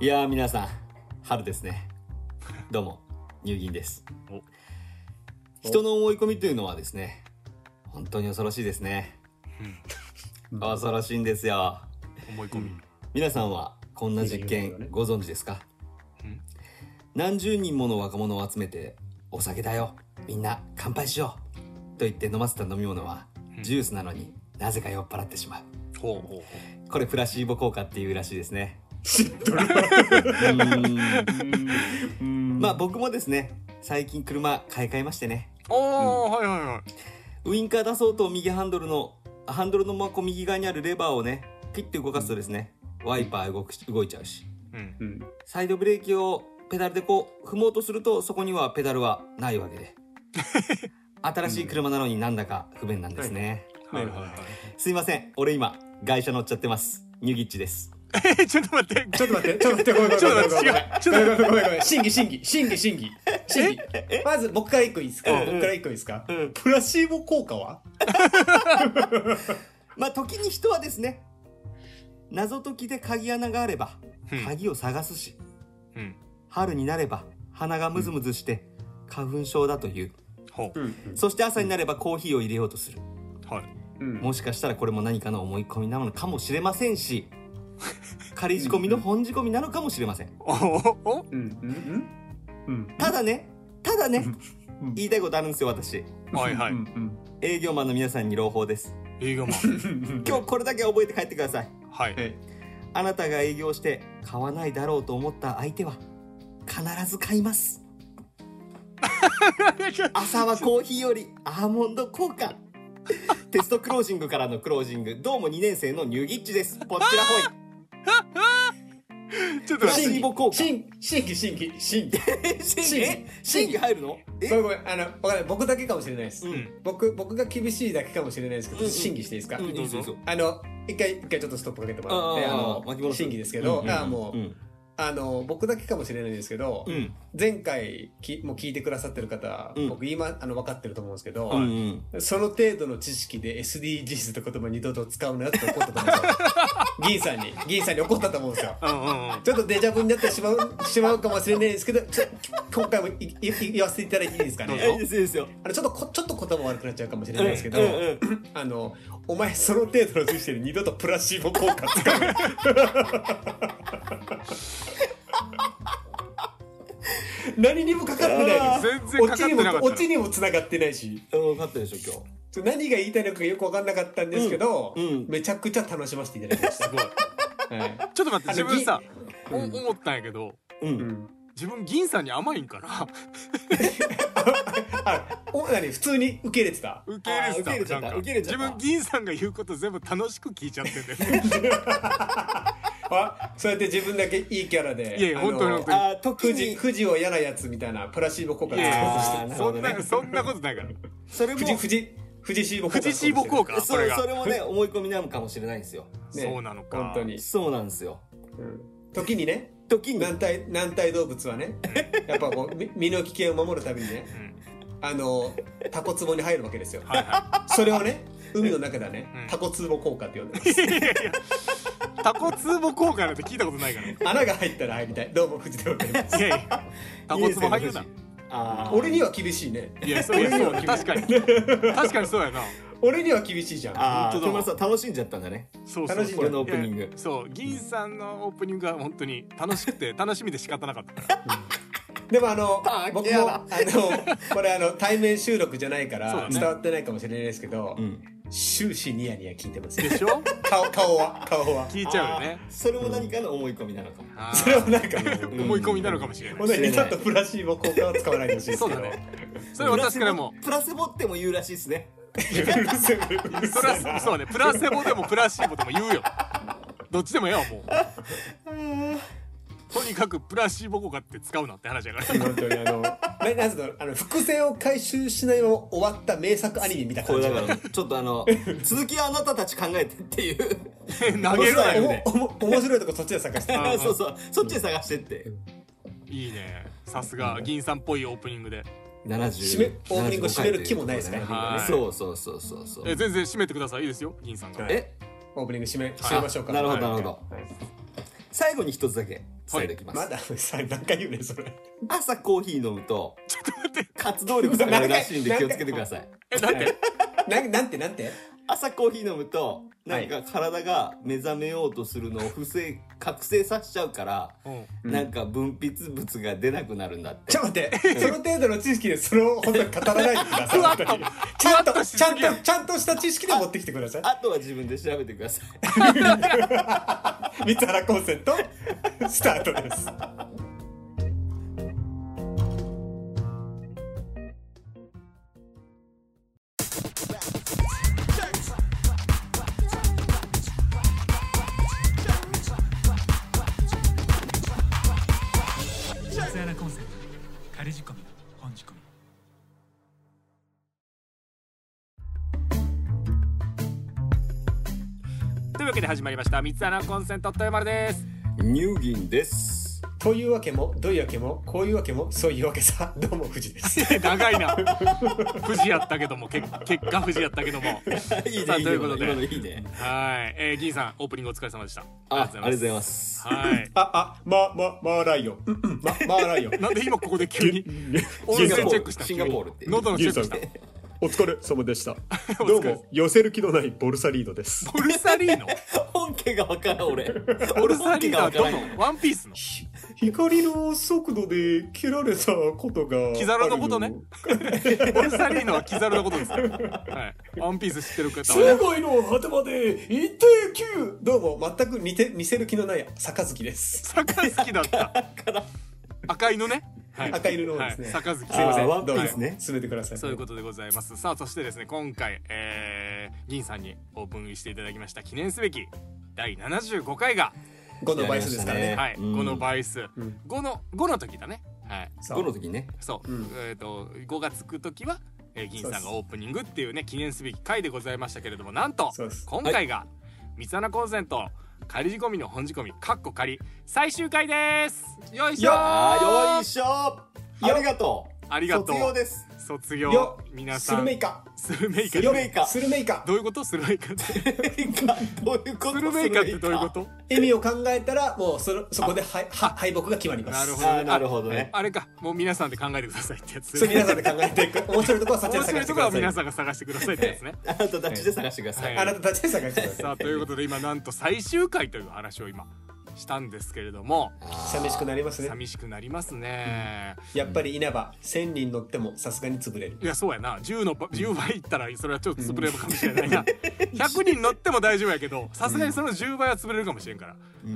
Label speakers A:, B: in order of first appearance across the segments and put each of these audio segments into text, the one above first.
A: いやー皆さん春ですねどうも乳銀です
B: お
A: 人の思い込みというのはですね本当に恐ろしいですね恐ろしいんですよ
B: 思い込み、
A: 皆さんはこんな実
C: いいよ
A: 験
C: ね
A: ご存知ですか
B: うん
A: 何十人もの若者を集めてお酒だよみんな乾杯しようと言って飲ませた飲み物は
B: うん
A: ジュースなのになぜか酔っ払ってしまう
B: ほうほうほ
A: これプラシーボ効果っていうらしいです ね
C: 知っとる
A: うーんま
C: ま
A: あ僕もですね最近車買い替えましてね
B: うおお、はいはいは
A: ウインカー出そうと右ハンドルのハンドルの真こう右側にあるレバーをねピッて動かすとですねワイパー動くし動いちゃうし
B: いうん
C: うん
A: サイドブレーキをペダルでこう踏もうとするとそこにはペダルはないわけ で新しい車なのになんだか不便なんですね、
C: はいはいはい
A: すいません俺今外車乗っちゃってますニュギッチです
B: え ちょっと待って
C: ちょっと待ってちょっと待ってごめんごめん
B: ちょっと
C: ごめんご
B: 待って
C: め
B: 違
C: ん
B: う
C: ちょっと待ってごめんごめん審議審議審議審議審議まず僕から一個いいですか
A: うんうん
C: 僕から一個いいですか
A: うん
C: プラシーボ効果は
A: まあ時に人はですね謎解きで鍵穴があれば
B: うん
A: 鍵を探すし、
B: うん
A: 春になれば鼻がムズムズして花粉症だという、
B: ほ
C: うん
A: そして朝になればコーヒーを入れようとする
B: うはい
C: うん
A: もしかしたらこれも何かの思い込みなのかもしれません し仮仕込みの本仕込みなのかもしれません
B: おおお
C: うんうんうん
A: ただねただね
C: うん
A: 言いたいことあるんですよ私
B: はいはい
C: うんうん
A: 営業マンの皆さんに朗報です
B: 映画マ
C: う
B: ン
C: んうん
A: 今日これだけ覚えて帰ってください
B: はい
C: え
A: あなたが営業して買わないだろうと思った相手は必ず買います 朝はコーヒーよりアーモンド効果 テストクロージングからのクロージングどうも2年生のニューギッチですぽっちらほい
B: ちょっ
A: プ
B: と
A: ラ
B: 待っ
A: シーボ効果
C: 審議審議審議審議
A: え審議え審議入るの
C: ご
A: え
C: めんごめんあのわかんない僕だけかもしれないです
A: う
B: て
A: ん
C: 僕僕が厳しいだけかもしれないですけ
A: うん
C: ど
A: うん
C: 審議していいですか
A: うんいい
B: ど
A: で
B: う
A: す
B: ぞ
A: よいいですよ
C: あの一回一回ちょっとストップかけてもらって
A: あー
C: あ
A: 巻き戻
C: の
A: す
C: 審議ですけどあーも
A: う
C: うんあの僕だけかもしれないですけど
A: うん
C: 前回きもう聞いてくださってる方
A: うん
C: 僕今あの分かってると思うんですけど
A: うんうん
C: その程度の知識で SDGs って言葉二度と使うなって怒ったと 思うんですよ銀さんに銀さんに怒ったと思うんですよ
B: うんうんうん
C: ちょっとデジャブになってしまうしまうかもしれないですけどちょ今回もいいい言わせていただいていいですか
B: どう
C: ね
B: ぞ
A: えいいですよいいですよ
C: あのちょっとこちょっと言葉悪くなっちゃうかもしれ
A: う
C: なんいうですけど、
A: んうん
C: あのお前その程度の知識で二度とプラシーボ効果 使うな何にもかかってないで
B: 全
C: す
B: 然
C: オ
B: かか
C: チ
B: って
C: に
B: な
C: も
B: かった
C: オチにもつながってないし
A: うん分かったでしょ
C: ちょ何が言いたいのかよく分かんなかったんですけど、
A: うんうん
C: めちゃくちゃ楽しませていただきまし
B: すごい
C: た、はい
B: ちょっと待って自分さお
C: うん
B: 思ったんやけど
A: 今日
C: う
A: うん
C: ん、
B: 自分銀さんに甘いんかな
C: あお何普通に受け入れてた
B: 受け入れて
A: あー受け入れちゃ
B: た
A: った
B: なんか
A: 受け入れちゃっ
B: 自
A: た
B: 分銀さんが言うこと全部楽しく聞いちゃってんだよね
C: あそうやって自分だけいいキャラで
B: いやいや
C: あの
B: 本当に本当に
A: あー時
C: 富士
A: に
C: 富士を嫌なやつみたいなプラシーボ効果
B: い
C: 使
B: やい
C: おうとして
A: あーなる
B: そ
A: ほ
B: ん
A: ど
B: な
A: ね
B: そんなことないから
A: それも
C: 富士富士富士シーボ効果
B: 富士シーボ効果
A: そ
B: こ
A: う
B: れが
A: それもね思い込みなのかもしれないんですよ
C: ね
B: そうなのか
C: 本当に、
A: そうなんですよ
C: うん時にね
A: 時に
C: 軟体軟体動物はねやっぱこうみ身の危険を守るためにね
B: うん
C: あのタコツボに入るわけですよ
B: はいは
C: それをね海の中ではね、
B: うん
C: タコツボ効果って呼んでます
B: いいやいやいやタコツボ効果なんて聞いたことないから
C: 穴が入ったら入りたいどうも藤田でございます
B: いやいやタコツボ入るな
A: 富士あー
C: 俺には厳しいね
B: いやそういやそうね確かに 確かにそうやな
C: 俺には厳しいじゃん
A: あー
B: 本当
A: 富
B: だわ
A: 丸さん楽しんじゃったんだね
B: そうそう
C: 楽しん
A: こ
C: じゃ
A: れ
C: う
A: のオープニン
B: い
A: グ
B: やそう銀さんのオープニングは本当に楽しくて楽しみで仕方なかったから
C: でもあの
A: パーン
C: 僕
A: 嫌
C: も
A: だ
C: あのこれあの対面収録じゃないか
B: そう
C: ら
B: だね
C: 伝わってないかもしれないですけど、
A: うん
C: 終始ニヤニヤ聞いてますよ
B: でしょ
C: 顔顔は顔は
B: 聞いちゃうよね
A: あーそれも何かの思い込みなのかも
B: あー
C: それはなんかも
A: ん
C: う
B: 思い込みなのかもしれない
C: もうね二度とプラシーボ効果は使わないでほしいです
B: そう
C: け
B: だ
C: ど
B: ねそれは私からも
A: プラセボっても言うらしいですね
C: うるせえうる
B: それ
C: せえな
B: はそうねプラセボでもプラシーボでも言うよどっちでもええわ もうとにかくプラシーボ効果って使うなって話やから
C: 本当にあのななんすかあの伏線を回収しないまま終わった名作アニメ見た
A: こ
C: 感
A: れ
C: じ
A: だからちょっとあ の続きはあなたたち考えてっていう
B: 投げるな
A: ら
B: よ
A: ね
C: おもおも面白いとこそっちで探して
B: あー
A: そうそうそっちで探してって
B: いいねさすが銀さんっぽいオープニングで
A: 70
C: 締めオープニングを締める気もないですからね
B: はい
A: そうそうそうそうそう
B: え全然締めてくださいいいですよ銀さんが
C: はい
A: え
C: オープニング締め締めましょうか
A: なるほどなるほど
C: はいはい
A: 最後に一つだけ伝えておきます、
C: まださ何回言うねんそれ
A: 朝コーヒー飲むと
B: ちょっと待って
A: 活動力下がるらしいんで気をつけてください
B: えなんて
C: ななんてなんて
A: 朝コーヒー飲むとなんか体が目覚めようとするのを不正覚醒させちゃうから、
B: うん
C: うん
A: なんか分泌物が出なくなるんだって
C: ちょっと待って、その程度の知識でそれを本当に語らないでください。本当にちゃん
B: ふわっと
C: と、
B: し
C: ちゃ
B: す
C: ん
B: ぎや
C: と、ちゃんとした知識で持ってきてください。
A: あとは自分で調べてください
C: 三原高専と、スタートです。
D: 松原コンセプト仮仕込み本仕込み
B: というわけで始まりました三つ穴コンセント豊丸です
A: 乳銀です
C: というわけも、どういうわけも、こういうわけも、そういうわけさ、どうも藤です。
B: 長いな富士やったけども結結果富士やったけども
A: いいね
B: さあ
A: いい
B: と
A: ね
B: いうことで
A: 今のいいね
B: はい、えー、銀さんオープニングお疲れ様でした
A: あありがとうございますす
B: はい
C: あ、あ、ま、ま、マーライオン。うんうん、ま、マーライオン。
B: なんで今ここで急に音
A: シンガ
B: 声
A: ポー
B: チェッ
A: ル
B: クした
A: シンガポールっていう
B: 喉のチェックした
C: お疲れ様 でした。
B: どうも、
C: 寄せる気のないボルサリードです。
B: ボルサリーノ
A: 本家が分からん 俺
B: ボ
A: 俺
B: ルサ
A: 本
B: リ
A: 家
B: ー
A: が
B: ノは
A: 分か
B: ど
A: らんよ
B: のワンピースの
C: 光の速度で切られたことが。
B: キザラのことね。ボルサリーノはキザルのことですからはいワンピース知ってる方はね
C: 世界の果てまで一定級どうも全く似て似せる気のない杯です
B: 酒好きだ った赤犬ね、はい
C: 赤犬の方ですね
B: はい、酒好き
A: あー
C: ど
A: ワ
C: う
A: ン
C: も
A: ピースね
C: 進めてください
B: そういうことでございます。さあ、そしてですね、今回、えー、銀さんにオープンしていただきました記念すべき第75回が、
C: 5の倍数ですからね
A: え
B: はい、
A: うん
B: 5の倍数、
C: ん
B: 5の5の時だね。はい、
C: そう
A: 5の時ね
B: そう、
C: うん
B: えっ、と5がつく時は、えー銀さんがオープニングっていうね記念すべき回でございましたけれども、なんと
C: そうです
B: 今回が三つ穴コンセント仮仕込みの本仕込み（かっこ仮）最終回です。よいしょー
C: よ
A: あーよいしょありがとう
B: ありがとう
A: 卒業です
B: 卒業
C: よ
B: 皆
C: ス
B: さ
C: ル
B: ん
C: メイカ
B: スルメイカ
A: スルメイカ
C: スルメイカ
B: どういうことスルメイカって。
A: どういうこと
B: スルメイカってどういうこと
C: 意味を考えたらもうそのそこで敗は敗北が決まりま
B: な
C: す
B: るほ
A: あーなるほどね
B: あれかもう皆さんで考えてくださいってやつ
C: そう皆さんで考えて いく面白いところはそっちで
B: 面白
C: 探
B: い
C: して
B: と
C: く
B: ころ
C: だ
B: は
C: さい
B: 皆さんが探してくださいってやつね
A: あなたたちで探してください、
B: は
C: あなたたちで探してくださ
B: さあということで今なんと最終回という話を今したんですけれども
C: い寂しくなりますね
B: 寂しくなりますね、
C: やっぱり稲葉1000人乗ってもさすがに潰れる
B: いやそうやな10のば10倍いったらそれはちょっと潰れるかもしれないな100人乗っても大丈夫やけどさすがにその10倍は潰れるかもしれんか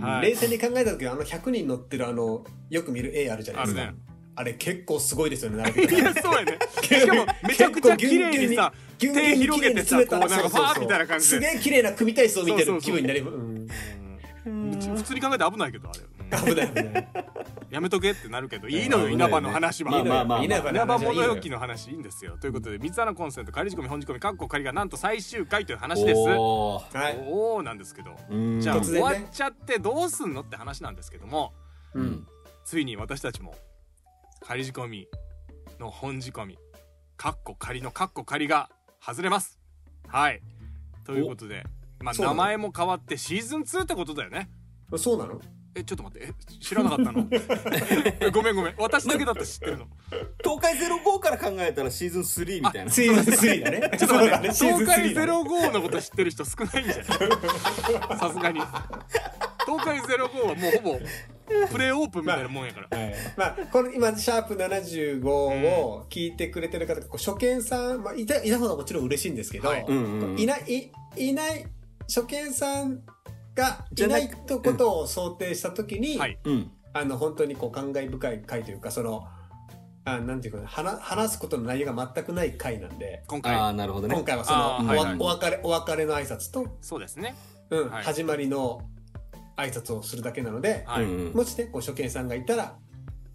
B: ら、は
C: 冷
B: い、
C: 静に考えた時あの100人乗ってるあのよく見る絵あるじゃない
B: あ
C: で
B: る
C: すか
B: ね
C: あれ結構すごいですよね並べ
B: い
C: たら
B: やそうやねしかも めちゃくちゃ綺麗にさ
C: ぎ
B: 手
C: ゅんぎゅんに
B: 広げてさこ
C: ぎゅんぎゅんに詰め
B: う
C: た
B: なん
C: ら
B: かフ
C: そうそう
B: ァー
C: そう
B: みたいな感じで
C: すげえ綺麗な組体操を見て
B: そうそう
C: る
B: そう
C: 気分になりますうん
B: 普通に考えて危ないけどあれ、うん
C: 危ない危ない
B: やめとけってなるけどいいのよ稲葉の話は、
A: まあまあまあ
C: 稲葉
B: 稲葉
C: の話はいい
B: 物
C: のよ
B: 置の話いいんですよということで三つ穴コンセント仮仕込み本仕込みかっこ仮がなんと最終回という話ですお
A: おー
C: はい
B: おなんですけど
A: うん
B: じゃあ、
C: 突然
B: 終
C: ね
B: わっちゃってどうすんのって話なんですけども
C: うん
B: ついに私たちも仮仕込みの本仕込みかっこ仮のかっこ仮が外れますはいということでまあ
C: そうな
B: 名
C: の
B: 前も変わってシーズン2ってことだよね
C: そう なの
B: えちょっと待ってえ知らなかったの えごめんごめん私だけだったら知ってるの
A: 東海05から考えたらシーズン3みたいな
C: シーズン3だね
B: ちょっと待
C: そう
B: っ
C: だ
B: て、
C: ねシー
B: 東
C: ズン
B: 海
C: 3
B: ゼ
C: だね
B: ロ五のこと知ってる人少ないんじゃない。さすがに。東海ゼロ五はもうほぼ。プレーオープンみたいなもんやから。
C: はいまあこの今シャープ75を聞いてくれてる方こう初見さんまあいたいた方がもちろん嬉しいんですけど
B: はい
A: うんうんうん
C: いないいいない初見さんがいないってことを想定した時に
B: はい。
A: うん
C: あの本当にこう感慨深い回というかそのあなんていうかな話話すことの内容が全くない回なんで
B: 今
A: あ
B: 回。
A: あなるほどね
C: 今回はその
B: あ
C: お,、
B: ーはいはい
C: お別れお別れの挨拶と、
B: そうですね。
C: うん
B: はい
C: 始まりの挨拶をするだけなので、
B: はい。
A: うんうん
C: もしねこう初見さんがいたら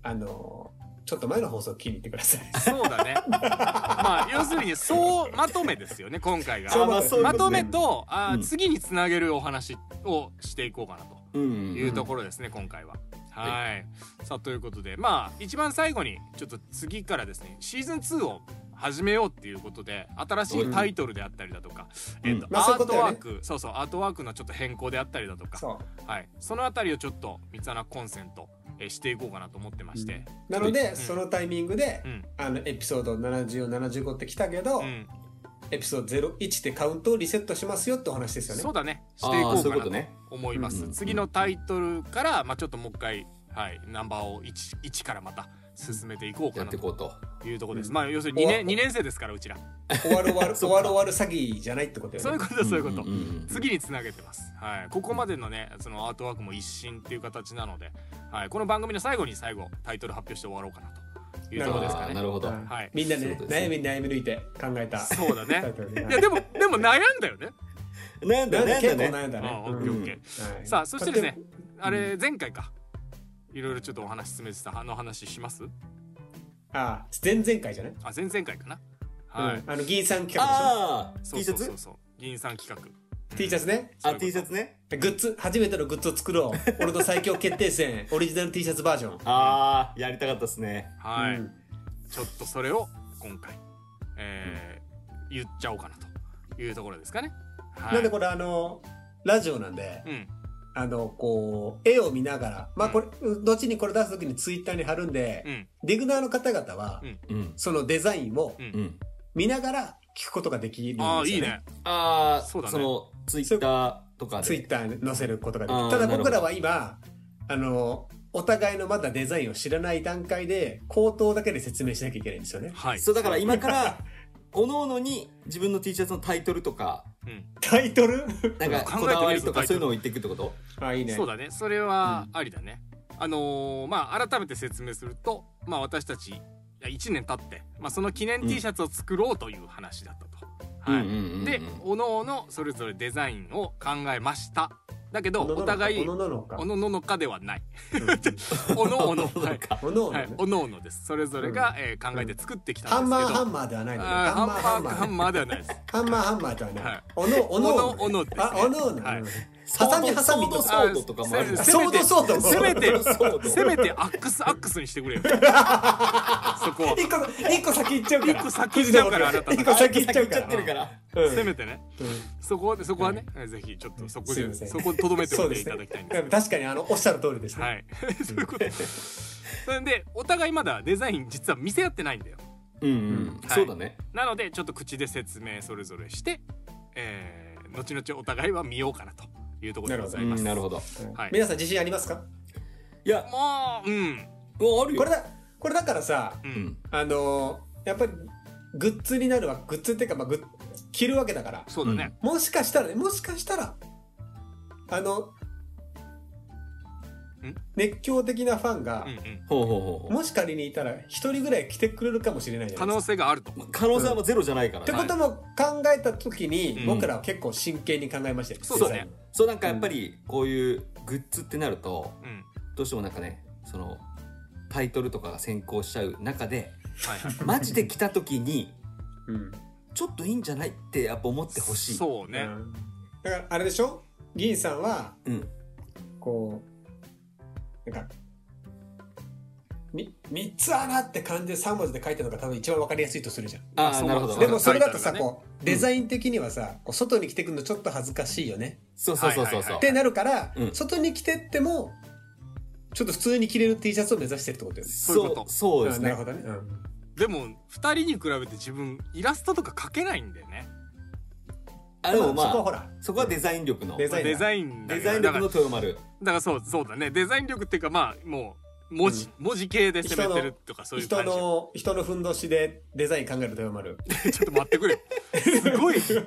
C: あのちょっと前の放送を聞いに行ってください。
B: そうだね。まあ、要するに、そうまとめですよね、今回
A: あ
B: が。
A: まあそういうこ
B: まと
A: とね
B: めと、あ
A: う
B: ー、
A: ん
B: 次につなげるお話をしていこうかなと。
A: うんうん
B: いうところですね、今回は。はい、さあということでまあ一番最後にちょっと次からですねシーズン2を始めようっていうことで新しいタイトルであったりだとか、
A: うん
B: えっと
A: うん
C: まあそうい
B: ア
C: うこ
B: ー
C: と
B: ト
C: よね
B: ワークそうそうアートワークのちょっと変更であったりだとか
C: そ
B: はい、 そのあたりをちょっと三つ穴コンセント、えーしていこうかなと思ってまして、
C: うなので、
B: ん
C: そのタイミングで、
B: うん
C: あのエピソード7475って来たけど、
B: うん
C: エピソード01でカウントをリセットしますよってお話ですよね
B: そうだねしていこ
A: あー
B: う
A: そういうこ
B: かな
A: と
B: と
A: ね
B: 思います、
A: うんうんうん
B: 次のタイトルから、まあ、ちょっともう一回、はい、ナンバーを 1, 一からまた進めていこう
A: や
B: か
A: っ
B: な
A: てい
B: と
A: こうと
B: いうところです、
C: うん
B: まあ要するに
C: お
B: 2, 年二年生ですからうちら
C: 終わる終わ る
A: そっ
C: 終
A: か
C: わる終わる詐欺じゃないってことよ
B: そうい
C: ね
B: うことそういうこと、
A: んんん
B: 次につなげてます、はい、ここまでのねそのアートワークも一新っていう形なので、はい、この番組の最後に最後タイトル発表して終わろうかなというところですか
A: あー
B: ね
A: なるほど
C: はい
B: はい
C: みんなで
A: そうい
C: ね
A: うことですね
C: 悩みに悩み抜いて考えた
B: そうだね
C: タイトルで
B: いやでもでも悩んだよね
A: なん
C: な
A: だ
C: んだ
A: なん
C: 結
A: だ
C: 構
A: ね
C: 悩んだね
B: あ、オッケーオッケー
C: はい
B: さあそしてですね
C: とても
B: あれ前回かいろいろちょっとお話進めてたあの話します
C: あ前々回じゃない
B: あ前々回かなはい、
C: うんあの銀さん企画でし
A: ああ
B: そう
A: T シ
B: そ
A: ャ
B: うそう
A: ツ
B: そう議員さん企画
C: ょ T シャツね
A: あ T シャツ
B: ね
A: ね
C: グッズ初めてのグッズを作ろう俺の最強決定戦オリジナル T シャツバージョン
A: ああやりたかったですね
B: はい、
C: うん
B: ちょっとそれを今回、えー言っちゃおうかなというところですかねはい
C: なんでこれあのラジオなんで
B: うん
C: あのこう絵を見ながらまあこれ後にこれ出す時にツイッターに貼るんで
B: うん
C: ディグナーの方々は
B: うん
A: うん
C: そのデザインを
B: うん
A: うん
C: 見ながら聞くことができるんです
B: ああ
C: よ
B: いいね
A: ああ
B: そうだね
A: そのツイッターとか
C: ツイッ
A: で
C: ターに載せることができ
A: あー
C: るただ
A: なるほ
C: 僕
A: ど
C: らは今あのお互いのまだデザインを知らない段階で口頭だけで説明しなきゃいけないんですよね
B: はい
A: そうだから今から各々に自分の T シャツのタイトルとか
B: うん
C: タイト
A: な
C: ル
A: んか
B: 考えてみる
A: こだわりと
B: タ
A: か
B: イ
A: そ
B: トル
A: ういうのを言っていくってこと
C: あいいね
B: そうだねそれはありだね、あのーまあ改めて説明するとまあ私たち1年経って、まあ、その記念 T シャツを作ろうという話だったと、はい、
A: うんうんうんうん
B: でおのおのそれぞれデザインを考えましただけど
C: おのの
B: お互
C: お
B: い
C: のののか
B: おのののかではないおのおのはい
C: おのおの
B: は
C: ね
B: いおのおのですそれぞれが、えー考えて作ってきた
C: ハ
B: んで
C: ン
B: す
C: マー
B: けど
C: ハンマーではないのね
B: あー
C: ハンマーハ
B: ハン
C: ン
B: マ
C: マ
B: ー
C: ー
B: ハ
C: ね
B: ンマーではないです
C: ハンマーハンマーでは
B: は
C: ないいおのおの
B: おのおの
C: ね
B: ですね
C: あおのおの
B: はい
C: 挟み挟みと
A: ソードとかもある
B: あ
C: ソードソード
B: せめて
A: ソード
B: せめてアックスアックスにして くれよそこは
C: 一個一個先行っちゃうから
B: 一個先行っちゃうからあなた
C: 一個先行っちゃ
A: 行
C: う
A: っち
C: か
A: ゃって
C: ら
A: るから
C: うん
B: せめてね
C: う
B: そこはそこはね、ぜひちょっとそこ
C: すい
B: で
C: ません
B: そこにとどめ
C: ん
B: て
C: そ
B: おいう
C: で
B: てい
C: す
B: ただきたいんですけど
C: ね確かにあのおっしゃる通りです
B: は
C: ね
B: い そういうことそれでお互いまだデザイン実は見せ合ってないんだよ
A: うんうん
B: はい
A: そうだね
B: なのでちょっと口で説明それぞれして、えー、後々お互いは見ようかなというところでござ
A: う
B: います。
A: んなるほど
B: はい
C: 皆さん自信ありますか
A: いや
B: まあうん
A: もうあるよ
C: これだこれだからさ
B: う
A: うんん
C: あのやっぱりグッズになるわグッズっていうかまあグッ着るわけだから
B: そうだね。
C: もしかしたらねもしかしたらあの
B: ん
C: 熱狂的なファンが、
B: うんうん
A: ほうほうほうほ
C: もし仮にいたら一人ぐらい来てくれるかもしれないじゃな
B: 可
C: いで
B: 能
C: すか。
B: 性があると。
A: う可能性はもうゼロじゃないから
C: って
A: ね
C: ことも考えた時に、
B: うん
C: 僕らは結構真剣に考えましたよ
B: そうだね
C: 実
A: そうなんかやっぱりこういうグッズってなると
B: うん
A: どうしてもなんかねそのタイトルとかが先行しちゃう中で
B: はい はい。
A: マジで来た時に
C: 際にうん
A: ちょっといいんじゃないってやっぱ思ってほしい
B: そうね。
C: うんだからあれでしょ議員さんは
A: うん
C: こうなんかみ三つ穴って漢字で3文字で書いたのが多分一番わかりやすいとするじゃん
A: ああ
B: まあ
A: なるほど
B: そう
C: でもそれだと
B: タ
C: さ、
B: イトルが
C: こうデザイン的にはさ、こう外に着てくるのちょっと恥ずかしいよね
A: そうそうそうそうそう
B: はいはいはい
C: ってなるから、
A: うん
C: 外に着てってもちょっと普通に着れる T シャツを目指してるってことよね
B: そういうこ
A: そ
B: と
A: うそうです
C: なる
A: ね
C: ほどね、うん
B: でも二人に比べて自分イラストとか描けないんだよね。
A: あでもま
C: そこはほ
A: あ
C: ら
A: そこはデザイン力の
C: デ
A: デ
C: ザインだ
B: デザインだよ
A: ザイン力
B: ねだから
A: の
B: だ
A: 豊丸
B: からそうそうだね。デザイン力っていうかまあもう文字文字系で攻めてるとかそういう
C: 人
B: 感じ。 ちょ
C: の人のふんどしでデザイン考えるとよまる
B: っと待ってくれよ。すごいす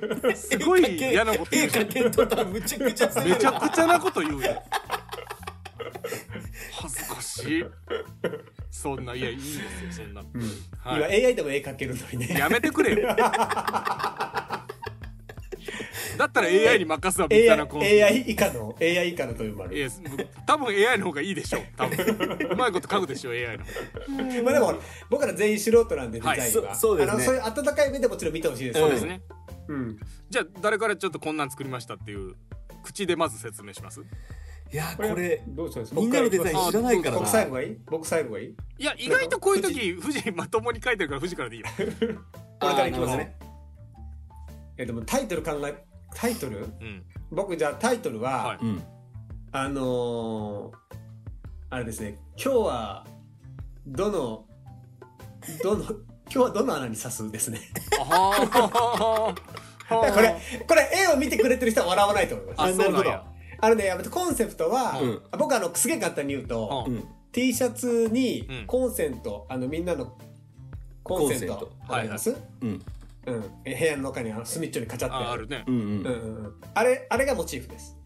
B: ごい嫌なこと
A: 絵
B: 言うじゃん
A: 描けんとったらむちゃくちゃ強い
B: めちゃくちゃなこと言うよ恥ずかしいそんないやいいですよそんな、
C: 今
B: はい、
C: AI でも絵描けるのにね
B: やめてくれよだったら AI に任すわみたいな
C: AI,
B: この
C: AI 以下の AI 以下のとよま
B: いや
C: る
B: 多分 AI の方がいいでしょう多分うまいこと書くでしょ AI の方
C: まあでも僕ら全員素人なんでデザインは、
A: はいそそうですね
C: あのそういう温かい目でもちろん見てほしいです
A: そ
B: そうう
A: で
B: ですす
A: ね
B: ね、
C: うん
B: じゃあ誰からちょっとこんなん作りましたっていう口でまず説明します
A: いやーこれ
C: どうしたんですか
A: みんなのデザイン知らないから
C: 僕
A: な
C: 最後がいい僕最後がいい
B: いや意外とこういう時富士まともに書いてるから富士からでいいよ
A: あ
C: こ
A: ー
C: れからいきます
A: なる
C: ねえでもタイトル考えタイトル
B: う ん
C: 僕じゃあタイトルは、
B: はい
A: ほどね
C: あのー、あれですね今日はどのどの今日はどの穴に刺すですね
B: ああ
C: これこれ絵を見てくれてる人は笑わないと思います
B: あそうなんや
C: あのねやっぱコンセプトは、
A: うん
C: 僕あのすげえ簡単に言うと、
B: うん
A: うんうん
C: T シャツに
B: うん
C: コンセント、あのみんなのコンセン
A: コン
C: ト
A: セ
B: ント
C: あります、
A: うん
C: うん、え部屋の中にあの隅っちょにカチャって
B: ああるね
A: うんう
C: うん
A: ん
C: うんうん、あれあれがモチーフです、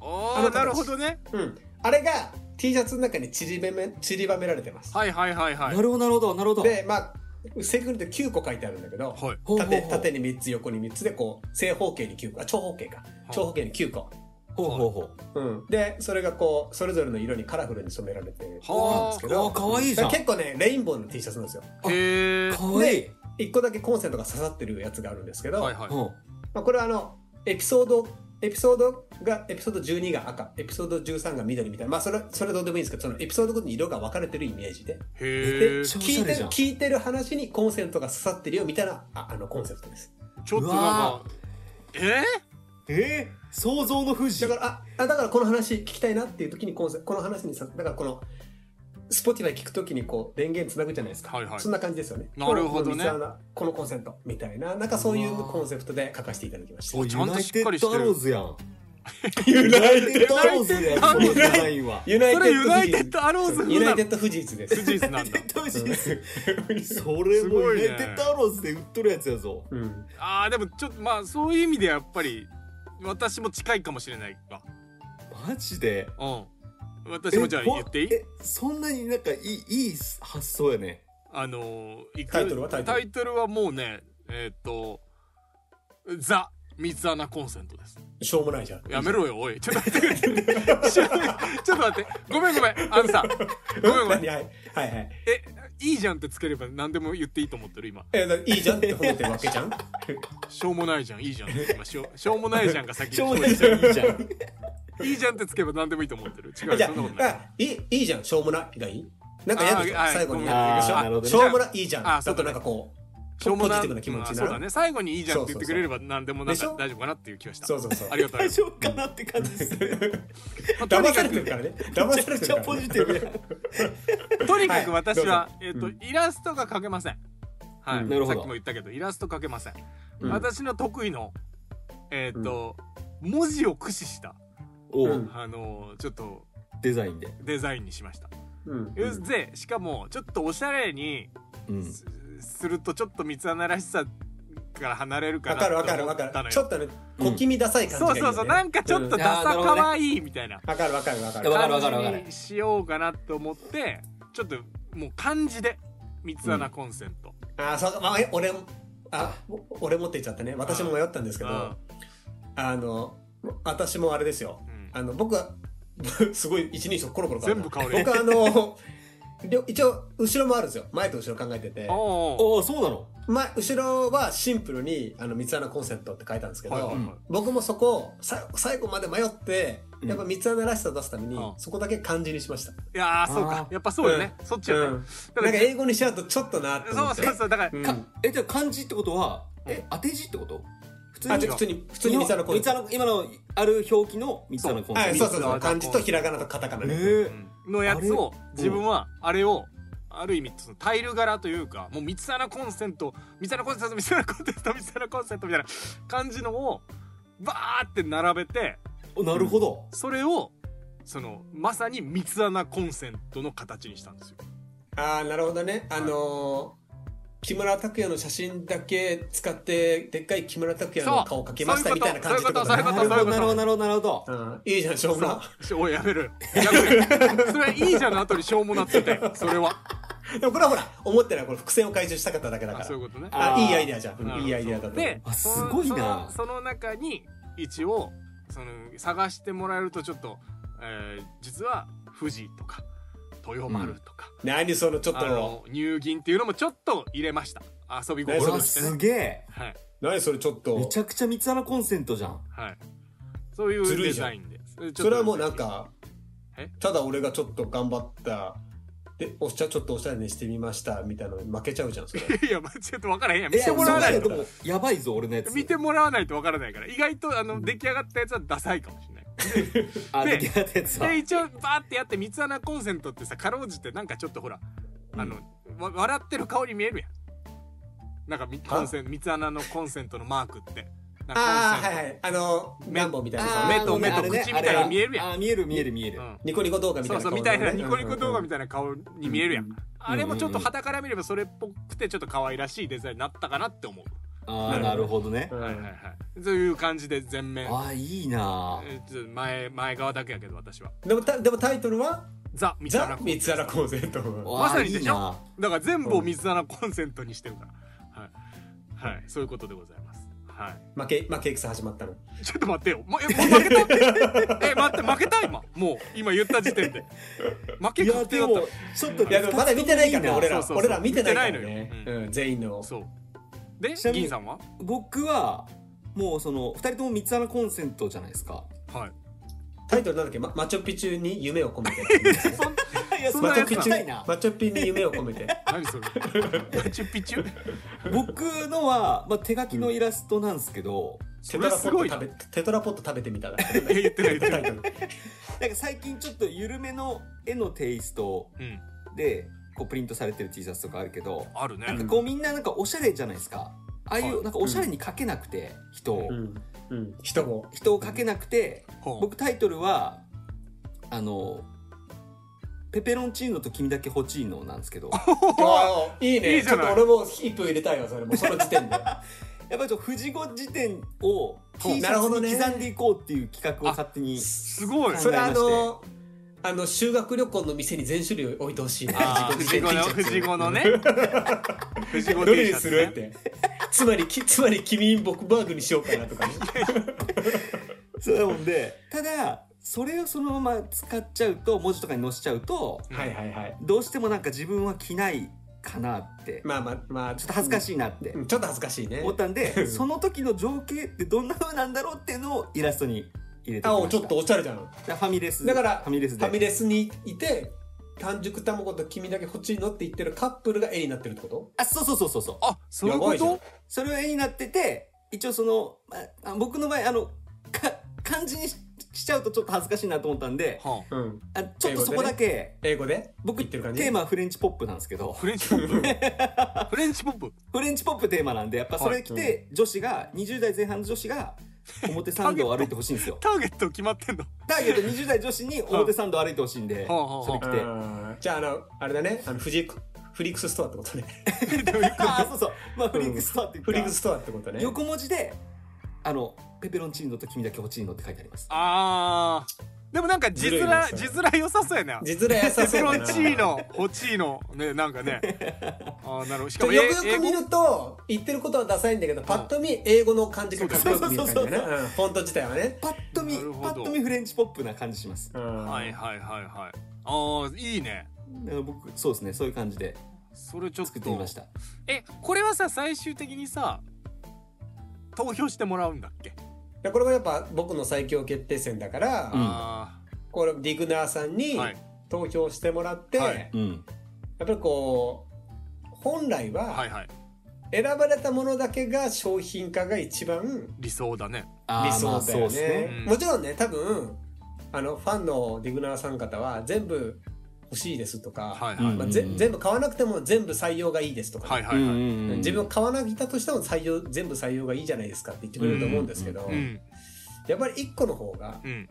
B: ああなるほどね
C: うん、あれが T シャツの中に散りばめ散りばめられてます、
B: はいはいはいは
A: ないるほどなるほどなるほど
C: でまあ正確に言うと9個書いてあるんだけど、
B: はい
A: ほうほうほう
C: 縦縦に3つ横に3つでこう正方形に9個あ長方形か長方形に9個、
A: ほうほうほう
C: うん、でそれがこうそれぞれの色にカラフルに染められてるんです
B: は
C: け
A: あ
C: ど
A: ーかわいいじゃん
C: だから結構ねレインボーの T シャツなんですよ
B: あへえ
A: かわいい
C: 1個だけコンセントが刺さってるやつがあるんですけど、
B: はいはい
A: ほう
C: まあ、これはあのエピソードエピソードがエピソード12が赤エピソード13が緑みたいなまあそれそれどうでもいいんですけどそのエピソードごとに色が分かれてるイメージで
A: め
B: へえ
A: っち
B: ちょ
A: ゃお
C: 聞
A: し
C: い
A: ゃ
C: て
A: れじゃ
C: る
A: ん
C: 聞いてる話にコンセントが刺さってるよみたいなああのコンセプトです
B: っとな
A: う
B: ん
A: わ
B: かえ
A: えー想像の富士
C: だからああだからこの話聞きたいなっていう時にコンセこの話にさだからこの Spotify 聞く時にこう電源つなぐじゃないですか、
B: はいはい
C: そんな感じですよね
B: なるほどね
C: この水穴このコンセントみたいななんかそういうコンセプトで書かせていただき ました
A: お
B: ちゃんとしっかりしてる
A: ユナイテッドアローズやん
C: ユナ
A: ユナイテッドアローズやん
B: ユナイ
A: このデザインは
B: テッドアローズそれユナイテッドアローズ風な
C: ユナイテッドフジーズユナイテッドフジーズです
B: 富士なんだ
A: それ
B: す
A: も
B: ごい
A: ユ
B: ね
A: ナイテッドアローズで売っとるやつやぞ
C: うん、
B: あーでもちょっとまあそういう意味でやっぱり私も近いかもしれないわ
A: マジで
B: うん私もじゃあ
A: えほ
B: 言っていい
A: えそんなになんかいいいい発想やね
B: あのーいく
C: タイトルはタイトル
B: タイトルはもうねえーっと「ザ・三つ穴コンセント」です
C: しょうもないじゃん
B: やめろよおいちょっと待ってくれちょっと待ってごめんごめんあのさごめんごめん
C: 何 はいはいはい
B: えいいじゃんってつければ何でも言っていいと思ってる今
C: えだいいじゃんって褒めてるわけ じゃん
B: しょうもないじゃんいいじゃんって今しょうしょうもないじゃんが先に
A: しょうもないじゃんいいじゃん
B: いいじゃんってつけば何でもいいと思ってる違う
C: じゃ
B: そんなことない
C: ああいいいいじゃんしょうもないがいいなんか嫌でしょ
B: あはい
C: 最後
B: ご
C: に
B: めん
C: なんか
A: あーなるほどね
C: しょうもないいいじゃ
B: あ
C: んち
B: そう
C: ょっ
B: だ
C: と
B: ね
C: なんかこう
B: しょうもな
C: ポジティブな気持ちに
B: まあそう
C: な
B: だ
C: る
B: ね最後にいいじゃんって言ってくれれば何でもなん
C: でし
B: か
C: ょ
B: 大丈夫かなっていう気がした
C: そうそうそう
B: ありがとう
A: 大
B: ございます
A: 丈夫かなって感じですね
B: まあとに
C: 騙
B: か
C: されて
B: く
C: るからね
A: め
C: 騙
A: ちゃ
C: され
A: く
C: て
A: ち ゃ
C: るから
A: ポ
C: ね
A: ジティブやん
B: とにかく私は、
C: はい
B: えっと、
C: うん
B: イラストが描けません。は
A: う
B: い、
A: んなるほ
B: さ
A: ど
B: っきも言ったけどイラスト描けません。
C: うん
B: 私の得意のえっと、文字を駆使した
A: お
C: う
A: うん
B: あのちょっと
A: デザインで
B: デザインにしました。
C: うん
B: でしかもちょっとおしゃれに
A: うん
B: す,、るとちょっと三つ穴らしさから離れるか
C: わ
B: な
C: かるわかるわ
B: と思
C: か
B: ったの
C: る
B: よ
C: ちょっとね小気味ダサい感じ
B: そ
C: が
B: う
C: いい
B: そうそうなんかちょっと
A: うん
B: ダ
A: あーな
B: サ
A: るほどね
B: 可愛いみたいな
C: わかるわかるわかる
A: わかるわかるわかる
B: 感じにしようかなと思ってちょっともう漢字で三つ穴コンセント。
C: あーそうまあえ俺もあお俺持っていっちゃったね私も迷ったんですけど
B: うん
C: あの私もあれですよ
B: うん
C: あの僕は すごい一人称コロコロ変わ
B: 全
C: る
B: 部変わる
C: 僕はあのりょ一応後ろもあるんですよ前と後ろ考えてて
B: おうおう
A: ああそうなの
C: 前後ろはシンプルに「あの三つ穴コンセント」って書いたんですけど、
B: はいはいはい
A: うん
C: 僕もそこをさ最後まで迷って
A: うん
C: やっぱ三つ穴らしさを出すために、
B: うん
C: そこだけ漢字にしました、
B: いやーそうか
A: あー
B: やっぱそうよね、そっちよね、
C: うん
B: だか
C: なんから英語にしちゃうとちょっとなって思
B: そう
C: って
B: そうそうだから、
C: うん
A: かえじゃあ漢字ってことはえ当て字ってこと普通
C: あ
A: に
C: じゃあ普通に普通に三つ穴コンセント
A: 三つ穴今のある表記の三つ穴コンセ
C: あ
A: ン
C: そ
A: ト
C: うそうそう漢字とひらがなとカタカナで、
A: え
B: うんのやつを
A: あれ
B: 自分はあれをある意味そのタイル柄というかもう三つ穴コンセント三つ穴コンセント三つ穴コンセント三つ穴コンセントみたいな感じのをバーって並べて
A: おなるほど
B: それをそのまさに三つ穴コンセントの形にしたんですよ。
C: ああなるほどねあのー木村拓哉の写真だけ使ってでっかい木村拓哉の顔を描きました
B: そう
C: みたいな感じってこと
B: そう
C: だ
B: い
C: ね
B: うこと
A: なるほどなるほどなるほどなるほど
C: うんいいじゃんしょうもな
B: そうおいやめるやめるそれいいじゃんの後にしょうもなっててそれは
C: でもこれはほら思ってないこれ伏線を回収したかっただけだか
B: あ
C: ら
B: そういうことね。
C: あ
A: あー
C: いいアイデアじゃん、うん
B: なるほど
C: いいアイデアだと思う
B: で
A: あ
B: その
A: すごいな
B: そのその中に一応その探してもらえるとちょっと、えー実は富士とか豊丸とか、
C: 何そのちょっ
B: あ
C: と
B: の入銀っていうのもちょっと入れました遊び
A: これ
B: 心
A: は
B: として
A: す
B: ね
A: げえ
B: はい、
C: 何それちょっ
A: め
C: と
A: ちゃくちゃ三つ穴コンセントじゃん
B: はい、そういう
C: ずる
B: デ
C: いじゃ
B: ザ
C: ん
B: インでちょっと
C: それはもうなんか
B: え
C: ただ俺がちょっと頑張った。で、お茶ちょっとおしゃれにしてみました、みたいなのに負けちゃうじゃ ん、それ。
B: いや、まあちょっとわからへんやん。
A: え
B: 見てもらわない
A: そう
B: と。
A: だよでもやばいぞ俺のやつ
B: 見てもらわないとわからないから。意外と、あの、出来上がったやつはダサいかもしれない。
A: あ出
B: ね
A: 来上がったやつは
B: で、一応、バーってやって、三つ穴コンセントってさ、かろうじて、なんかちょっとほら、あの、わ笑ってる顔に見えるやん。なんかみ、コンセント、三つ穴のコンセントのマークって。なん
C: ああ、
B: かコンセント
C: はいはい。あの、
B: 目
C: メンボみたいな
B: あ
C: さ、
B: ー目と目と
A: あれね
B: 口みたいな見えるやん
A: あれあー見える見える見える、
B: うん
C: ニコニコ動画みたい
B: そう
C: な
B: そ
C: 顔
B: う
C: のね。
B: みたいなニコニコ動画みたいな顔に見えるやん、
C: うんうん
B: あれもちょっと肌から見ればそれっぽくてちょっと可愛らしいデザインになったかなって思う、
A: ああなるほどね、
C: うん
B: はいはいはいという感じで全面
A: ああいいなあ
B: えっと前前側だけやけど私は
C: でもたでもタイトルは
B: ザ・
C: 「
B: 三つ穴
C: ザ・
B: コン
C: 三つ穴コンセント」
B: まさにでしょ
A: いいな
B: だから全部を水穴コンセントにしてるからはい、はい、そういうことでございますはい
C: 負け負け戦始まったの
B: ちょっと待ってよ。もうえもう負けたって。え、待って、負けた今。もう、今言った時点で。負け
A: いや
B: 確定
A: で
B: だった
A: もちょっと
C: いやでもまだ見てないからね俺
B: そ
C: ら
B: うそうそう
C: 俺ら見てないから
B: 見
C: ね
B: てないのよ
C: うん全員の
B: そう。で
A: ちな、みに
B: 銀さんは
A: 僕はもうその2人とも三つ穴コンセントじゃないですか
B: はい。
C: タイトルなんだっけまマチョピチュに夢を込めて
A: いやそ
B: そ
A: ん
B: ん
A: な
B: な
C: マ
A: やつ
B: やつ
C: チョピ
A: 聞
C: チ
A: きたい
C: ュ
A: な
C: マチョピに夢を込めて
B: 何それピチュピチュ
A: 僕のは、まあ、手書きのイラストなんですけど、
C: テ
B: そ
C: ト
B: れ
C: ラポ
B: す
C: ッ
B: ご
C: ト
B: いな
C: 食。べテトラポット食べてみたら
B: え、言ってない言って
C: タ
B: な
C: イ
B: い。
C: トル
A: なんか最近ちょっと緩めの絵のテイスト
B: うん。
A: でこうプリントされてる T シャツとかあるけど
B: あるね。
A: なんかこうみんななんかおしゃれじゃないですかああい
B: は
A: う
B: い
A: なんかおしゃれに描けなくて人を
C: うんうん人も
A: 人を描けなくて
B: ほう
A: 僕タイトルはあのペペロンチーノと君だけホチーノなんですけ どや
C: あーいい
B: い
C: ね
B: いじ
C: ちょ
B: ゃ
C: っ
B: ない
C: と俺も一分入れたいわそれもうその 時点で
A: っぱりちょっと藤子辞典を T シ
C: なるほ
A: ャ
C: ど
A: ツに
C: ね
A: 刻んでいこうっていう企画を勝手に
B: すごい。
C: それあのあの修学旅行の店に全種類置いてほしいね
B: あー
C: 自
B: 藤
C: 己
B: 子の、
C: 自己
B: 藤子のね。藤子
C: ど
B: T
C: れ
B: シャ
C: にす
B: ツ
C: るっ
B: ね。
C: てつまりきつまり君僕バーグにしようかなとかね
A: そうだもんでただそれをそのまま使っちゃうと文字とかに載せちゃうと
C: はいはいはい
A: どうしてもなんか自分は着ないかなって、
C: まあまあまあ
A: ちょっと恥ずかしいなって
C: うんちょっと恥ずかしいね
A: 思ったんでその時の情景ってどんな風なんだろうっていうのをイラストに入れてきまし
C: あ
A: た
C: おちょっとおしゃれじゃん
A: だからファミレス
C: だから
A: ファミレス
C: フ
A: で
C: ァミレスにいて半熟卵と君だけこっちに乗って言ってるカップルが絵になってるってこと
A: あそうそうそうそうそう
B: あ、そういうこ
C: やばいじゃん
B: と
A: それを絵になってて一応その、まあ、あ僕の場合あのか漢字にししちゃうとちょっと恥ずかしいなと思ったんで
B: は
C: うん
A: あちょっとそこだけ、
C: 英語で
A: 僕
C: 言って
A: テ
C: る感じ
A: ーマはフレンチポップなんですけど
B: あフレンチポップ。フレンチポップ。
A: フレンチポップテーマなんでやっぱそれ着
C: はい
A: て女子が20代前半の女子が表参道を歩いてほしいんですよ
B: ターゲット決まってんの。
A: ターゲット20代女子に表参道を歩いてほしいんで
B: はあはあはあ
A: それ着て
C: あーじゃああのあれだねあのフジフリックスストアってことね
A: あーそうそうまあフリックストアっていう
C: フリック
A: か
C: スストアってことね
A: 横文字であのペペロンチーノと君だけホチーノって書いてあります
B: あー。でもなんか字
C: ずるい
B: 面、
C: なそれ
B: 字面良さそうやな。
C: 実例優
B: ペ
C: さ
B: ペ
C: そう
B: ロ
C: だ
B: ン
C: な
B: チーノ、ホチーノ、ね、なんかね。ああ、なるほど。しか
C: よ
B: も、
C: く
B: え
C: よく
B: 英
C: 見
B: 語
C: ると言ってることはダサいんだけどパッと見英語の感じがかっこよく見える感じだ
A: そうそう
C: ねうんフォント自体はね
A: パッと見
B: なるほ
A: パ
B: ど
A: ッと見フレンチポップな感じします
B: はいはいはいはい。ああ、いいね。
A: だから僕そうですねそういう感じで
B: それちょっ
A: 作ってみま
B: と
A: し。た
B: え、これはさ、最終的にさ、投票してもらうんだっけ、
C: いやこれがやっぱ僕の最強決定戦だから、
A: うん
B: あ
C: これディグナーさん
B: あ、
C: に
B: はい。
C: 投票してもらって、
B: はい
A: うん
C: やっぱりこう本来
B: はい
C: は
B: はい。
C: 選ばれたものだけが商品化が一番
B: 理想だね。
A: あー
C: 理想だ
A: ま
C: よ
A: あそうです
C: ね
A: ね
B: うん
C: もちろんね多分あのファンのディグナーさん方は全部欲しいですとか、
B: はい
A: うん
B: はい。
C: まあ、
A: う
C: ぜ
A: ん
C: 全部買わなくても全部採用がいいですとかね、
B: はいは
A: う
B: い
A: ん
B: はい。
A: うんうん
C: 自分を買わなきたとしても採用全部採用がいいじゃないですかって言ってくれると思うんですけど、
B: うん。
C: やっぱり一個の方が
B: うん。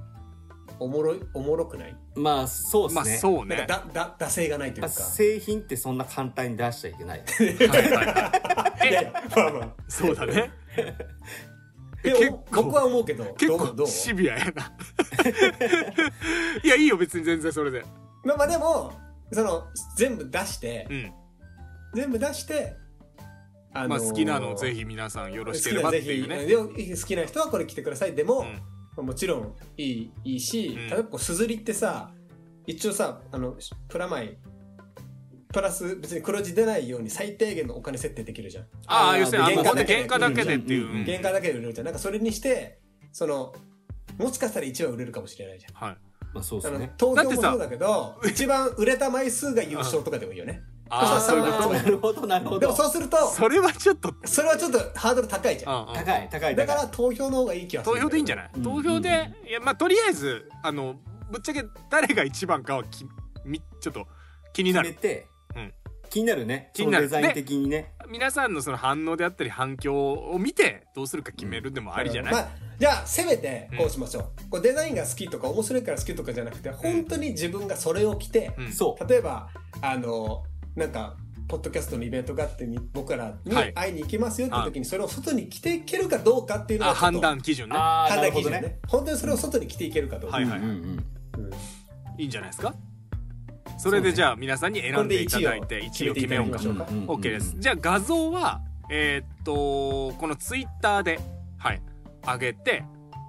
C: おもろいおもろくない
A: まあそうで
B: ますあ、
A: ね
B: そう
C: なんか
B: ね。
C: だだ惰性がないという
A: まあ
C: か。
A: 製品ってそんな簡単に出しちゃいけない
B: はいはいはい
C: いやいやまあまあ
B: え、そうだね。
C: で
B: 結
C: も
B: 構
C: 僕は思うけど
B: 結
C: どうど
B: 構
C: う
B: シビアやな。 いや、いいよ、別に全然それで。
C: まあまあでもその全部出して、
B: うん。
C: 全部出して、あ
B: まあ、
C: ー
B: 好きなのをぜひ皆さんよろしければっていうね。
C: 好きなぜひ好きな人はこれ来てくださいでも、もちろんいいいいし、
B: うん
C: 例えばこうすずりってさ一応さあのプラマイプラス別に黒字出ないように最低限のお金設定できるじゃん
B: ああ、
A: あー
B: 要するに、あ
C: 原
B: もう
C: 価
B: ほん
C: だ
B: と
C: け
B: 原価だけでっていうう。
A: ん
B: うん
C: 原価だけで売れるじゃんなんかそれにしてそのもしかしたら1は売れるかもしれないじゃん
B: はい。
A: まあそうで
C: だ
A: す
C: から
A: ね。
C: 東京も
B: だってさ
C: そうだけど一番売れた枚数が優勝とかでもいいよね
B: ああそういう
A: あ
B: こ
A: ーなるほどなるほ
C: でも
A: ど。
C: そうすると
B: とそれはちょっと
C: それはちょっとハードル高いじゃん
B: うんうん
A: 高い高い
C: だか
A: 高い。
C: ら投票の方がいい気がする
B: 投票でいいんじゃない、
A: うん
B: 投票でいやまあとりあえずあのぶっちゃけ誰が一番かはきみちょっと気にな
A: 決め
B: る
A: て
B: うん。
A: 気になるね。
B: 気
A: そ
B: に
A: の
B: なる
A: デザイン的にね。
B: 皆さんのその反応であったり反響を見てどうするか決めるでもありじゃない、
C: まあ、じゃあせめてこうしましょう,、こうデザインが好きとか面白いから好きとかじゃなくて本当に自分がそれを着て、
B: うん
A: そ
C: 例えばあのなんかポッドキャストのイベントがあってに僕らに
B: はい
C: 会いに行きますよって時にそれを外に着ていけるかどうかっていうの
B: あ
C: がちょっと
B: 判断基準
A: う。
B: ね
A: ああ
C: 判
A: なるほ
C: 断基
A: ど
C: 準ね
A: ね。
C: 本当にそれを外に着ていけるかどうか、
B: は
A: う
B: い
A: んう
B: はい
A: んうん。
C: うん
B: いいんじゃないですかそれでじゃあ皆さんに選んでいただいて1位を決めようか
C: 決めていただきましょうか
A: うんうんうん
B: OK ですじゃあ画像はえーっとこのツイッターではい上げて、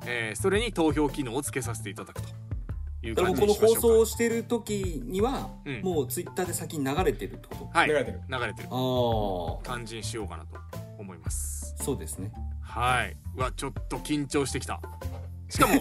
B: えーそれに投票機能をつけさせていただくという
A: だから
B: 感
A: もう
B: じ
A: こ
B: に
A: の
B: しまし
A: 放
B: ょうか
A: 送をしてる時には、
B: うん
A: もうツイッターで先に流れてるってこ
B: はい
C: 流
B: 流
C: れてる
B: れてる
A: とああ
B: 感じにしようかなと思います
A: そうですね
B: はいうわちょっと緊張してきたし かも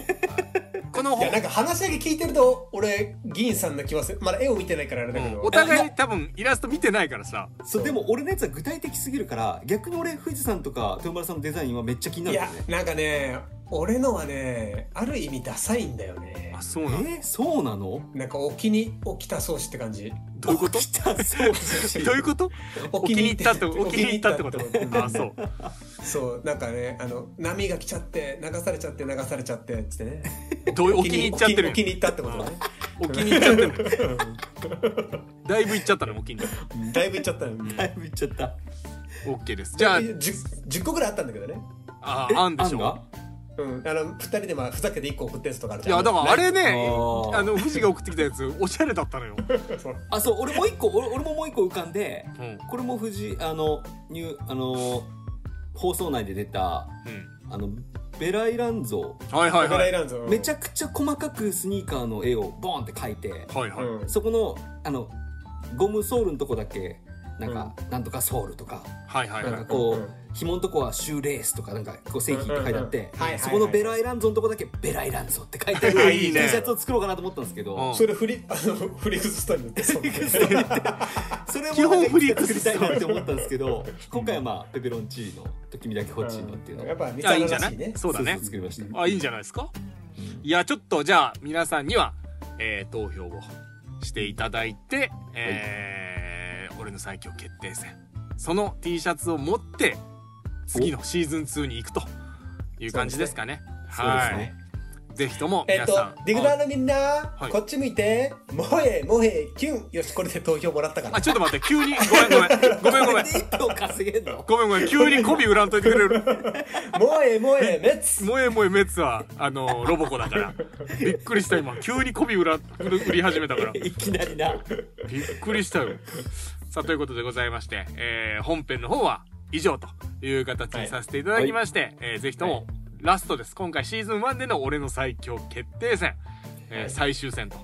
B: この
C: いやなんか話だけ聞いてると俺議員さんの気はするまだ絵を見てないからあれだけど、
B: うんお互い多分イラスト見てないからさ
A: そうでも俺のやつは具体的すぎるから逆に俺富士山とか豊丸さんのデザインはめっちゃ気にないるよ
C: や
A: ね
C: なんかね俺のはねある意味ダサいんだよね
B: あそう
A: え
B: なの
A: ー、そうなの
C: なんかお気に起きた装置って感じ
B: どういう こと
A: 起きたそう
B: どういうことお気に入ったってお気に入ったってこと
C: お気に入った
B: あ
C: ってこ
B: そう
C: とそうなんかねあの波が来ちゃって流されちゃって流されちゃってっつってね
B: どう いうお気に入っちゃってる
C: お気に入ったってこと ね
B: お気に入っちゃってるだいぶいっちゃったねお気に入っ
C: だいぶいっちゃったの
A: だいぶいっちゃった
B: オッケーですじゃあ
C: 十十個ぐらいあったんだけどね
B: ああんでし
A: あ
B: ょ
A: が
C: うんあの二人でまあふざけて一個送ったやつとかある
B: い
C: じゃん
B: やだからあれね
A: あー
B: あの富士が送ってきたやつおしゃれだったのよ、
C: そう
A: あそう俺もう一個俺俺ももう一個浮かんで
B: うんうん、
A: これも富士あのニューあの放送内で出たあのベライラン像
B: はいはい
C: カメ
B: は
C: ラ
B: い
C: いらんぞ
A: めちゃくちゃ細かくスニーカーの絵をボーンって描いて
B: はいはい、
C: うん
A: そこのあのゴムソールのとこだけなんか、なんとかソールとか
B: はいはい
A: なん
B: は
A: か
B: い
A: こう、
C: うん
A: 紐のとこはシューレースとかなんかこう製品って書いてあって、
C: うんうんうんはいはいはい
A: そこのベライランゾのとこだけベライランゾって書いてあ る
B: いいね
A: T シャツを作ろうかなと思ったんですけど、
B: うん
C: それフリあのフリークススタイルっ てそう
A: それも
B: 基本フリーク
A: 作りたいなって思ったんですけど今回はまあペペロンチーノと君だけホッチーノっていうのを
C: やっぱ三
B: いやいいん
C: 沢
B: じゃ
C: ら
B: な
C: しいね
B: いそうだね
A: 作りました、
B: あいいんじゃないですかいやちょっとじゃあ皆さんには、えー投票をしていただいて、えー俺の最強決定戦その T シャツを持って次のシーズン2に行くという感じですかねは
A: そう
B: い
A: ですね
B: ぜひとも
C: えっ
B: 皆
C: と
B: さん、
C: ディグダーのみんな、
B: はい
C: こっち向いて、もへもへキュン、よし、これで投票もらったから
B: あ。ちょっと待って急にごめんごめんごめんごめん
A: これで1票稼げんの
B: ごめんごめん急に媚び売らんといてくれる
C: もへもへ、メッツ。
B: 萌え萌えメッツはあのロボコだからびっくりした今急に媚び売ら売り始めたから
A: いきなりな
B: びっくりしたよ。さあということでございまして、えー本編の方は以上という形にさせていただきまして、えーぜひとも、ラストです今回シーズン1での俺の最強決定戦、えー最終戦と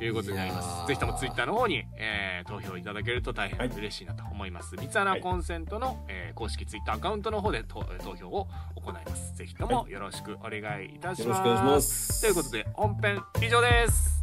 B: いうことになりま
A: いやー
B: すぜひともツイッターの方に、えー投票いただけると大変嬉しいなと思います、三つ穴コンセントの、えー公式ツイッターアカウントの方でと投票を行いますぜひともよろしくお願いいた
A: よ
B: します、
A: ろしくお願いします
B: ということで本編以上です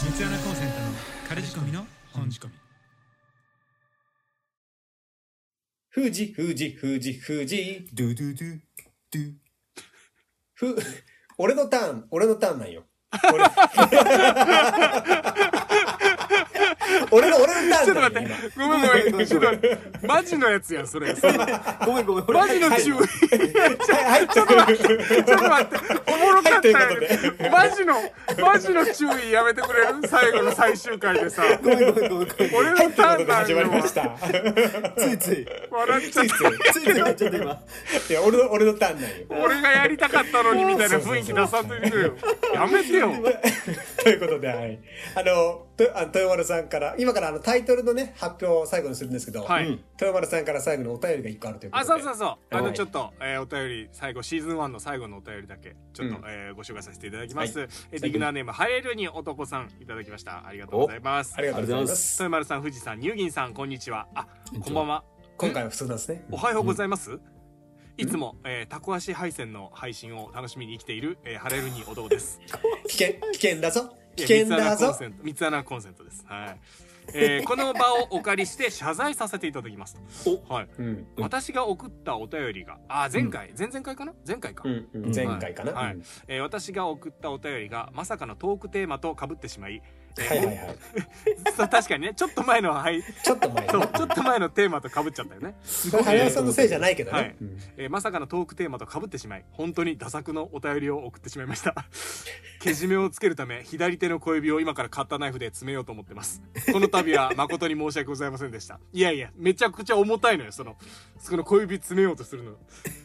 D: 三ツ穴コンセントの彼仕込みの本仕込み
C: 富士、富士、富士、富士。
A: ドゥドゥドゥドゥ
C: ふ、俺のターン、俺のターンなんよ。 俺俺の、俺のタ
B: ち
C: ー
B: ょ
C: ン
B: っと
C: なん
B: 待
C: よ
B: って
C: 今。、
B: ごめんごめん、ちょっと待って、マジのやつやん、それ。
A: ごめんごめん俺
B: マジの注意。
C: はい、ちょっと待って。
B: ちょっと待って、おもろかった
C: はいというこ
B: よ。マジの、マジの注意やめてくれる最後の最終回でさ。
A: ごめんごめんごめんごめん
B: 俺のタ
C: というこ
B: ーン
C: とで
B: だ
C: 始まり
B: よ。
C: ました。
A: ついつい
B: 笑っちゃった。
A: ついついなっちゃった今
C: いや、俺の、俺のターンなんよ。
B: 俺がやりたかったのにみたいな雰囲気出さんといてくれよ。やめてよ。
C: ということで、はい。あの、とあ豊丸さんから、から、今からあのタイトルのね、発表を最後にするんですけど、
B: はい
A: うん
C: 豊丸さんから最後にお便りが一個あるというこ
B: あ
C: とで。
B: そうそうそうあ
A: は
B: の
A: い
B: ちょっと、えーお便り最後シーズン1の最後のお便りだけちょっと、
C: うん
B: えーご紹介させていただきます、
C: は
B: えーディグナーネームハエルに男さんいただきましたありがとうございます
C: ありがとうござい
A: ありがとうございま
C: ま。
A: す
B: 豊丸さん富士さん乳銀さんこんにちはあこんばんは
C: 今回は普通なんですね。
B: おはようございます、いつも、えー、タコ足配線の配信を楽しみに生きている、えー、ハレルニ男です
C: 危険、危険だぞ。危険だぞ。
B: 三つ穴コンセントです。はい。えーこの場をお借りして謝罪させていただきます。はい。
C: うん。
A: うん
B: 私が送ったお便りが、あー、前回、前々回かな前回か。
C: うんうん、前回かな。
B: はい
C: うん
B: えー私が送ったお便りが、まさかのトークテーマと被ってしまい、えー
C: はいはいはい。
B: そう確かにね、ちょっと前の、はい、
C: ちょっと前
B: そう
C: な。
B: ちょっと前のテーマと被っちゃったよね。
C: これ、早尾さんのせいじゃないけど
B: はい
C: ね。うん
B: えーまさかのトークテーマと被ってしまい本当に打作のお便りを送ってしまいましたけじめをつけるため左手の小指を今からカッターナイフで詰めようと思ってますこの度は誠に申し訳ございませんでしたいやいやめちゃくちゃ重たいのよそのその小指詰めようとするの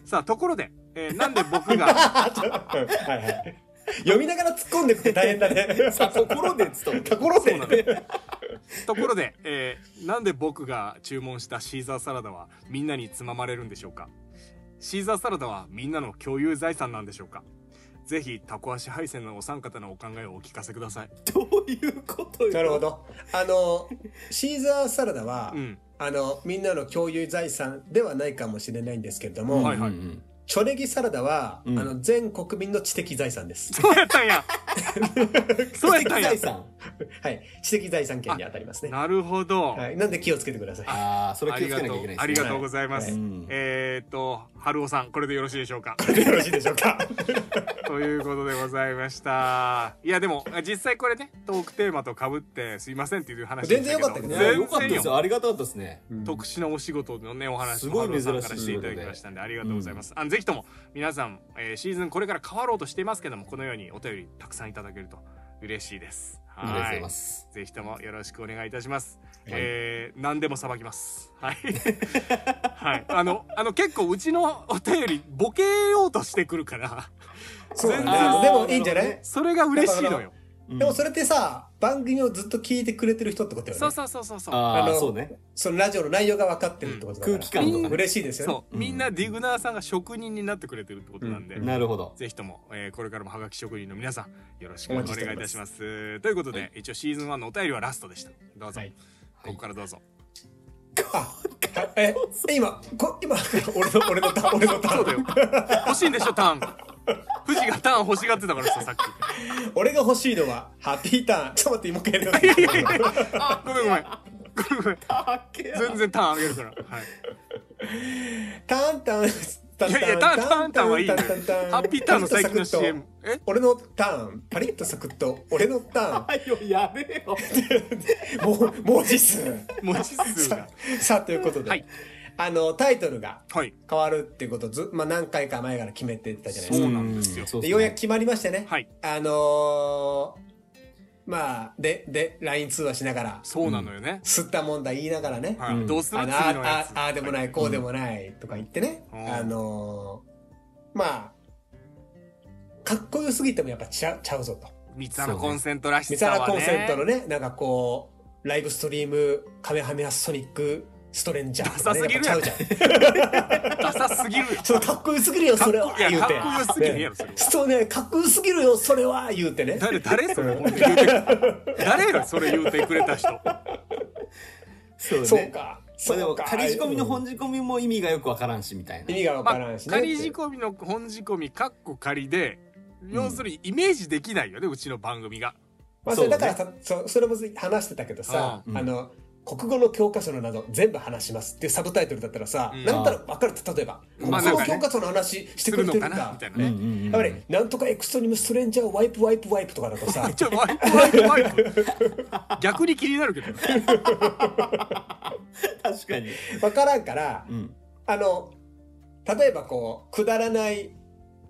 B: さあところで、えーなんで僕が
C: あちょうんはいはい。読みながら突っ込んでくって大変だね。
A: ところでっつったもんね
C: ところ
B: そうなの
C: で。
B: ところで、えーなんで僕が注文したシーザーサラダはみんなにつままれるんでしょうかシーザーサラダはみんなの共有財産なんでしょうかぜひタコ足配線のお三方のお考えをお聞かせください
A: どういうことよ
C: なるほど。あの、シーザーサラダは
B: う、ん
C: あの、みんなの共有財産ではないかもしれないんですけれど
A: うん
C: も
B: は、いはい
A: うん
C: チョレギサラダは、あ
A: うん
C: の、全国民の知的財産です。
B: そうやったん や。そうやったんや
A: 知的財。産
C: はい。知的財産権に当たりますね。
B: なるほど。
C: はい。なんで気をつけてください。は
A: ああそれ
B: あ
A: 気を
B: り
A: つ
B: が
A: けなきゃ
B: とう
A: いけないですね、
B: ありがとうございます。
A: はいうん
B: えーっと、春尾さん、これでよろしいでしょう か。
C: いよろしいでしょうか。
B: ということでございました。いや、でも、実際これね、トークテーマと被って、すいませんっていう話でした
C: 全然良かったけど
A: ね、よ
B: 全
A: かった
B: 然
A: ですよ
B: よ。
A: ありがたかったですね
B: 特殊なお仕事のねお話
A: す
B: を
A: ごい
B: 春
A: 珍
B: 尾
A: しい
B: さんからしていただきましたんでありがとうございます、あのぜひとも皆さん、えーシーズンこれから変わろうとしていますけどもこのようにお便りたくさんいただけると嬉しいです
A: ありがとうご
B: は
A: ざ
B: い
A: います
B: ぜひともよろしくお願いいたします。
C: い
B: えー、何でもさばきます。はい。はい。あの、あの、結構うちのお便り、ボケようとしてくるから、
C: そうだ
A: あー
C: ね。でもいいんじゃな
A: なる
C: い
B: それが嬉しいのよ。
A: うん
C: でもそれってさ、番組をずっと聞いてくれてる人ってことよね。
B: そうそうそうそうそう。
A: あ
C: あ
A: あ
C: の
A: そうね
C: そのラジオの内容が分かってるってことだか
A: う
C: ら、
A: ん空気感
B: とかね
C: 嬉しいですよね
B: そう、みんなディグナーさんが職人になってくれてるってことなんで、
C: うん
A: なるほど
B: ぜひとも、えーこれからもハガキ職人の皆さんよろしくお願いい
C: お
B: た
C: 待ち
B: し
C: して
B: ま。
C: ます
B: ということで、一応シーズン1のお便りはラストでした。どうぞ、
C: はい
B: ここからどうぞ。
C: ああええ今こ今俺の俺のターン俺のタ
B: そうだよ
C: ーン。
B: 欲しいんでしょターン。富士がターン欲しがってたからささっき。
C: 俺が欲しいのはハッピーターンちょっと待って今
B: いや
C: 回
B: いやい
C: や
B: やごめんごめん。ごめんごめん。 全然ターン上げるから。はい。
C: ターンターンタ
B: いやいや、ターンターンターンはいいよ。ハッピーターンの最近の CM。え
C: 俺のターンパリッとサクッと俺のタ
A: はいよやべえよ
C: ーン もう文字数
B: 文字数
C: さ
B: が。
C: さあということで、
B: はい
C: あのタイトルが
B: はい。
C: 変わるっていうことをず、まあ、何回か前から決めてたじゃないですか
B: そうなんですよ
A: そ
C: でようやく決まりましたね。
B: はい
C: あのーまあ、で、で、LINE 通話しながら、
B: そうなのよね。
C: 吸った問題言いながらね。
A: う
B: はい。
A: ん
B: どうする
C: あ
B: 次
C: の
B: の
C: あ
B: や
C: あ、ああでもない、こうでもない、とか言ってね。
B: うん
C: あのーまあ、かっこよすぎてもやっぱちゃちゃうぞと。
B: つ。三つ穴コンセントらし
C: ミサ
B: さ
C: ラ
B: はね。
C: コンセントのね、なんかこう、ライブストリーム、カメハメハソニック、ストレンジャーとか、ね、
B: ダサすぎる
C: やっぱちゃうじゃん。
B: ダサすぎる。
C: そのかっこよすぎるよ、それは。
B: いや
C: 言うて。
B: かっこよすぎるやろ
C: ね
B: それは
C: そうね、かっこよすぎるよ、それは、言うてね。
B: 誰誰それ本当に言うて誰よそれ言うてくれた人。
A: そうだ
C: そう
A: ね
C: か。
A: ま
C: そ
A: あ
C: う
A: でも
C: か
A: 仮仕込みの本仕込みも意味がよくわからんしみたい
C: 意
A: な
C: 味がわ
B: ま
C: から
B: あ
C: んしね。
B: 仮仕込みの本仕込みかっこ仮で要するにイメージできないよねうちの番組が。
C: まあ、それ
A: そう
C: だ
A: ね
C: からさ、そそれも話してたけどさ、
A: うん
C: あの、国語の教科書の謎全部話しますっていうサブタイトルだったらさ、
B: うん
C: なんたら分かるって例えば、国
B: まあ
C: 語
B: なん
C: の
B: かね
C: 教科書の話して
B: す
C: くれ
B: る
C: て
B: の
C: る
B: か
C: んだ。
B: なみたいな
A: うんう
B: ね。
A: んうん
C: やっぱり、なんとかエクストリームストレンジャーワイプワイプワイプとかだとさ、
B: ちょワイプワイプワイプ逆に気になるけど
A: 確かに
C: 分からんから
A: う、ん
C: あの、例えばこう、くだらない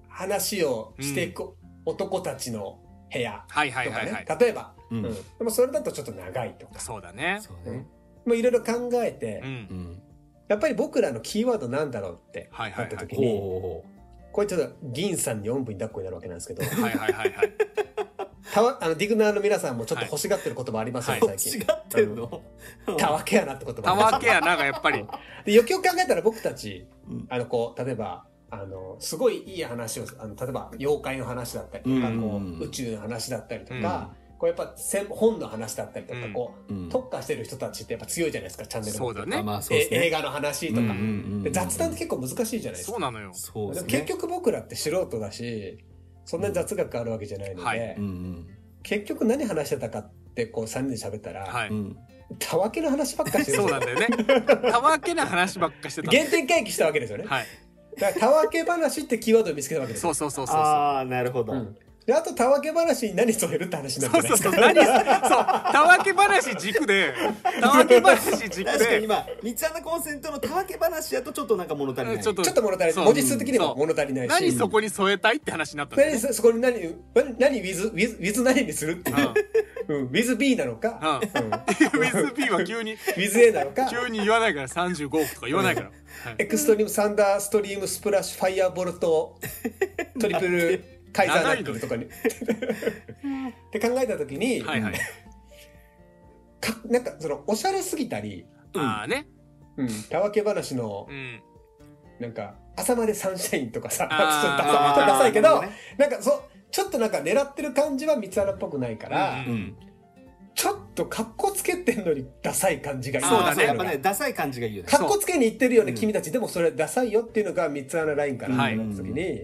C: 話をしていく男たちの部屋
B: はいはい
C: とか
B: はいは
C: ね
B: い、
C: 例えば、
A: う
C: うんん、でもそれだとちょっと長いとか、
B: そうだね
A: そうね
C: まあいろいろ考えて、
B: うん
A: うん
C: やっぱり僕らのキーワードなんだろうって
B: はいはい
C: な
B: は
C: っ
B: い
C: た時
A: ほう
C: に、
A: ほうほ
C: これちょっと銀さんにおんぶに抱っこになるわけなんですけど、
B: はいはいはいはい
C: たわあのディグナーの皆さんもちょっと欲しがってる言葉ありますよ、
B: はい
C: 最近
A: 違ってんの
C: たわけやなって言葉
B: たわけやながやっ ぱり。
C: でよくよく考えたら僕たち、
A: うん
C: あのこう例えばあのすごいいい話をあの例えば妖怪の話だったりとか、
A: うん
C: こう宇宙の話だったりとか、こうやっぱ専本の話だったりとか、
B: うん
C: こう
A: うん
C: 特化してる人たちってやっぱ強いじゃないですかチャンネル
B: そうだ
A: まあ
B: ね。
A: まあそうで
C: え
A: す
C: 映
A: ね
C: 画の話とか、
B: うん
C: で雑談って結構難しいじゃないです
B: そ
C: か
B: う、なのよ。
A: そうで
C: ですも
A: ね
C: 結局僕らって素人だしそんなに雑学あるわけじゃないので、
B: はい
A: うんうん
C: 結局何話してたかってこう3人で喋ったら、
B: はい。
A: うん
C: たわけの話ばっかしてるん
B: そう
C: です
B: なん
C: よ
B: だよ ね。たわけな話ばっかしてた。
C: 原点回帰したわけですよね、
B: はい。
C: だからたわけ話ってキーワードを見つけたわけです
B: そ
C: よ
B: うそうそうそうそう。
A: ああなるほど
C: うんであとたわけ話に何添えるって話にな
B: そ
C: る
B: う
C: じ
B: そ
C: ゃな
B: う
C: いです
B: そう。
C: か
B: 何そう。たわけ話軸 で、たわけ話軸
A: 確かに
B: で、
A: 今三つ穴コンセントのたわけ話やとちょっとなんか物足りない
B: ちょっと
C: ちょっと物足りな
B: そ
C: いう文字数的にも
B: そう
C: 物足りないし
B: 何そこに添えたいって話になったんだよ
C: 何
B: ね。
C: そそこに何何何 with, with, with 何にするっていう、うん、withB なのか、
B: うん。
C: うん、
B: ウィズ B は急に
C: withA なのか
B: 急に言わないから35億とか言わないから、はい
C: エクストリームサンダーストリームスプラッシュファイアーボルトトリプルカイザーナップルとかにって考えた時に、
B: はいはい
C: かなんかそのおしゃれすぎたり、
A: うん
B: ああね
C: うん、たわけ話の
B: うん
C: なんか朝までサンシャインとかさちょっと
B: あー
C: ダサいダサいけど
A: なるほどね
C: なんかそうちょっとなんか狙ってる感じは三つ穴っぽくないから、
B: うん
A: うん
C: ちょっと格好つけてんのにダサい感じがいい
B: あ
A: そ
B: ー
A: うだ
B: そう
A: ね
B: だ
A: やっぱねダサい感じがいいよね
C: 格好つけにいってるよね、
A: うん
C: 君たちでもそれダサいよっていうのが三つ穴ラインから
B: はい
C: 始まった時に、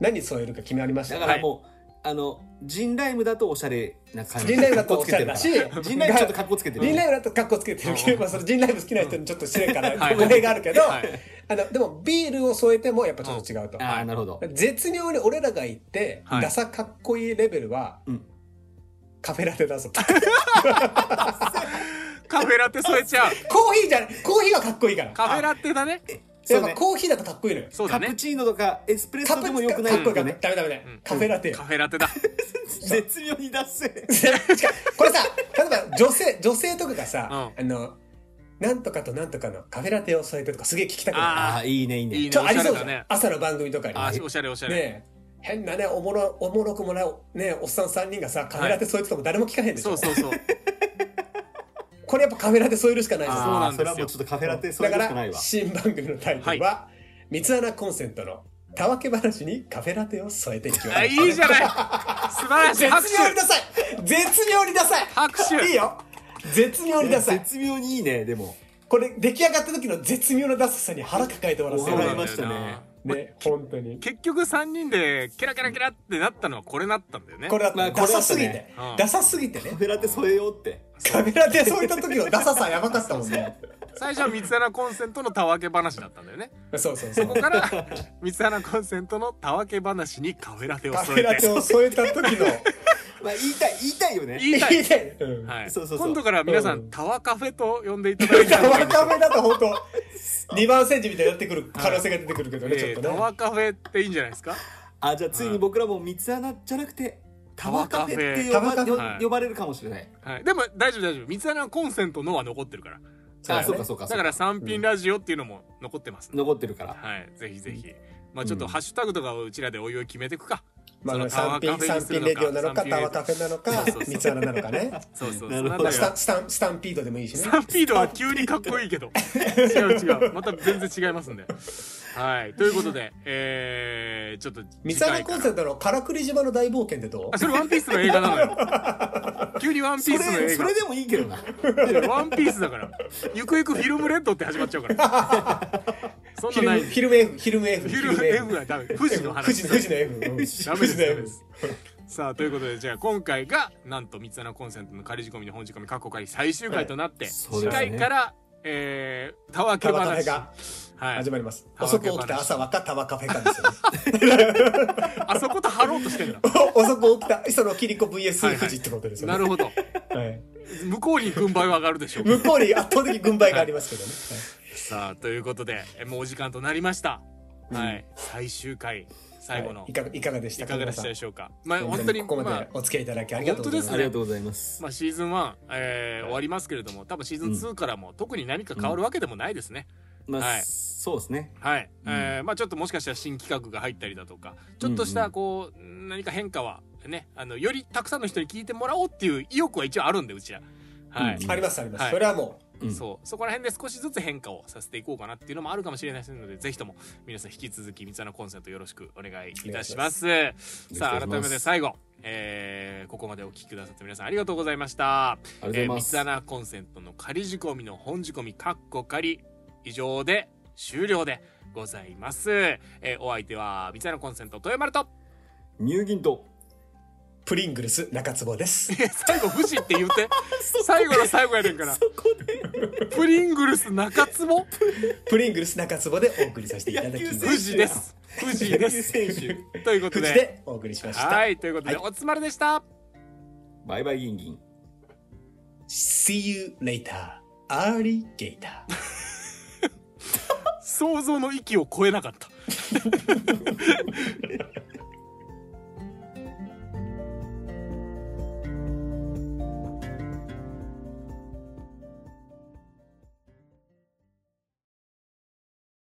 C: 何添えるか決まりました
A: だか
B: は
A: ら
B: い
A: もうあのジンライムだとおしゃれな感じ
C: ジンライムだとおしゃれだ
A: か
C: し
A: らジンライムちょっと格好つけてる
C: ジンライブだと格好つけてるけど、
B: うん
C: まあそのジンライブ好きな人にちょっと失礼か
B: は
C: ら
B: い
C: 語弊があるけど、
B: はい
C: あのでもビールを添えてもやっぱちょっと違うと。
A: ああなるほど
C: 絶妙に俺らが言って、
B: はい
C: ダサかっこいいレベルは、
A: うん
C: カフェラテだぞ。 コ
B: カフェラテ添えちゃう
C: ーヒーじゃない、コーヒーがかっこいいから。
B: カフェラテだね
A: そ
C: や
A: う
C: っ
A: ね
C: ぱコーヒーだとかっこいいのよ。
B: そう
A: カ
B: だ
A: プ
B: ね
A: チーノとかエスプレッ
C: カ
A: ソ
C: プ
A: でもよくない
C: かっこいいか
A: よ
C: っこいい
A: ね
C: ダメダメダメ
B: うん
C: カフェラ テよ
B: カ。フェラテだ
A: 絶妙にダッセー
C: しかもこれさ、例えば女性、女性とかがさ、あの、なんとかとなんとかのカフェラテを添えてとかすげえ聞きたくな
A: あ
B: あ
C: い。
A: あいいねいい
B: いい
A: ね
B: ね
C: ちょありそう
B: おしゃ
C: じゃ
B: れだね
C: ん。朝の番組とかに。
B: あーおしゃれおしゃれ
C: ねえ変なねおもろおもろくもないねおっさん3人がさカメラで添えてても誰も聞かへんでしょ、
B: そうそうそう
C: これやっぱカメラで添えるしかないじ
B: あーそう
C: ゃ
B: なん
A: あ
B: です
A: ーそ
B: よ
A: れはもうちょっとカフェラテそ
C: だ
A: れ
C: か
A: しかない
C: ら
A: わ
C: 新番組のタイトルは、三つ穴コンセントのたわけ話にカフェラテを添えていきま
B: あい
C: す
B: いじゃない素晴らしい
C: 絶
B: 拍
C: 妙に
B: 手
C: ダサい絶妙にダサい
B: 拍手
C: いいよ絶妙にダサい
A: 絶妙にいいねでも
C: これ出来上がった時の絶妙なダサさに腹抱えて笑わせ
A: お
B: そう
A: 笑
B: ない
A: ま
B: んだ
C: る
A: し
B: よ
A: た
B: な
A: ね
C: ね本当に
B: 結局3人でケラケラケラってなったのはこれなったんだよね
C: これだった、
A: まあこれ
C: ダ
A: だったね
C: サすぎて、
B: うん
C: ダサすぎてね
A: カフェラテ添えようって
C: カメラでそういった時のダサさやばかったも んね。
B: 最初は三つ穴コンセントのたわけ話だったんだよね
C: そうそうそう
B: こ。こ から三つ穴コンセントのたわけ話にカフェラテを
C: カフ
B: 添
C: ェラ
B: え
C: テ
B: て
C: を添えた 時の。
A: まあ言いたい言いたいよね
B: 言いたい
C: ね。うん。
B: はい、
A: そうそうそう
B: 今度から皆さん、
C: うん
B: タワカフェと呼んでいただいた
C: タ
B: 方 がいい
C: ワ
B: です
C: カ
B: よ
C: フェだと 本当二番センチみたいになってくる可能性が出てくるけどね、ちょっ
B: え
C: と
B: ー
C: ね
B: タ。ワカフェっていいんじゃないですか
A: あじゃあついに僕らも三つ穴じゃなくてタワカフェって
C: タワカフ
A: 呼
C: ェ
A: ば
B: はい
A: 呼ばれるかもしれない
B: はい、でも大丈夫大丈夫三つ穴コンセントのは残ってるから
A: あそ
C: そ
A: うう
C: だね
A: かそうかそう
B: だか
A: から
B: 三品ラジオっていうのも残ってます、
A: 残ってるから
B: はいぜひぜひまあちょっとハッシュタグとかをうちらでおいおい決めていくか、
C: まあ、
B: その
C: 三品、
B: タワ
C: 三
B: カフェ
C: 品
B: にす
C: レ
B: る
C: ディオなのか、
B: 三
C: タ
B: 品レ
C: ワカフェなのか
B: そうそう、そう
C: 三つ穴なのかね。
B: そうそう
A: な
B: そ
A: るほ
B: うなん
A: ど
B: だ
C: まあス
B: よ
C: タスタン、スタンピードでもいいしね。
B: サンピードは急にかっこいいけど違う違うまた全然違いますんではいということでえー、ちょっと
C: 三
B: 次
C: つ穴
B: 回
C: コ
B: か
C: ン
B: ら
C: セントのからくり島の大冒険ってどう
B: あそれワンピースの映画なのよ 急にワン
A: そ
B: ピースの
A: れ
B: 映
A: そ
B: 画
A: れでもいいけどな
B: ワンピースだから。ゆくゆくフィルムレッドって始まっちゃうから。そ
C: フ
B: ん
C: ィ
B: なない。
C: ルム、
B: フ
C: フィルム F、フィルム F、
B: ィルム F がダメ。富士の
C: 富士
B: 話。
C: の F うん。富士
B: ダ
C: の
B: メ
C: F。
B: ですダメです。さあということでじゃあ今回がなんと三つ穴コンセントの仮仕込みの本仕込み過去仮最終回となって、
A: はいそう
B: 次
A: ですね
B: 回から、えー、たわけ
C: タワカフェ
B: 話
C: が
B: はい
C: 始まります。
B: タワ
C: 遅
B: カ
C: く
B: フェ話
C: 起きた朝はかタワカフェかですよね。
B: あそこと張ろうとしてんだ
C: 遅く起きた磯野キリコ
B: はいは
C: VS
B: い
C: 富士ってことですよね。
B: なるほど
C: はい
B: 向こうに軍配は上がるでしょう
C: 向こうに圧倒的軍配がありますけどね。
B: さあということでえもうお時間となりました、はい最終回
C: はい
B: 最後の、
C: はい
B: い
C: かがいかがでした
B: かがでしたでしょうかまあ
C: 本
B: 本
C: 当
B: 当
C: に
B: に
C: ここま
B: まあ
C: でお付き合いいただきありがとうございます。
A: ありがとうございます
B: まあ、シーズン1、えー終わりますけれども多分シーズン2からも特に何か変わるわけでもないですね、
A: まあ、
B: はい
A: そうですね
B: はい、えーまあ、ちょっともしかしたら新企画が入ったりだとかちょっとしたこう、何か変化はね、あの、よりたくさんの人に聞いてもらおうっていう意欲は一応あるんで、うちら。はい。
A: うん
C: ありますあります、
B: はい
C: それはも
A: うん
B: そうそこら辺で少しずつ変化をさせていこうかなっていうのもあるかもしれないのでぜひとも皆さん引き続き三つ穴コンセントよろしくお願いいたしますさあ
A: お願いします
B: 改めて最後、えーここまでお聞きくださって皆さんありがとうございました
A: ありがとうござい
B: えー
A: ま
B: 三
A: す。
B: つ穴コンセントの仮仕込みの本仕込みかっこ仮以上で終了でございます、えーお相手は三つ穴コンセント豊丸と
A: 入銀 と。
C: うプリングルス中坪です
B: え最後不死って言って 最後の最後やねんからプリングルス中坪
C: プリングルス中坪でお送りさせていただき
A: 野
C: ま
A: 球
C: す
A: 選
B: 不死です不死です
A: 選手。
B: ということ
C: 富士
B: で。
C: でお送りしました
B: はい、ということで、
C: は
B: おつまるでした。
A: バイバイ銀銀。
C: See you later アーリゲーター
B: 想像の域を超えなかった。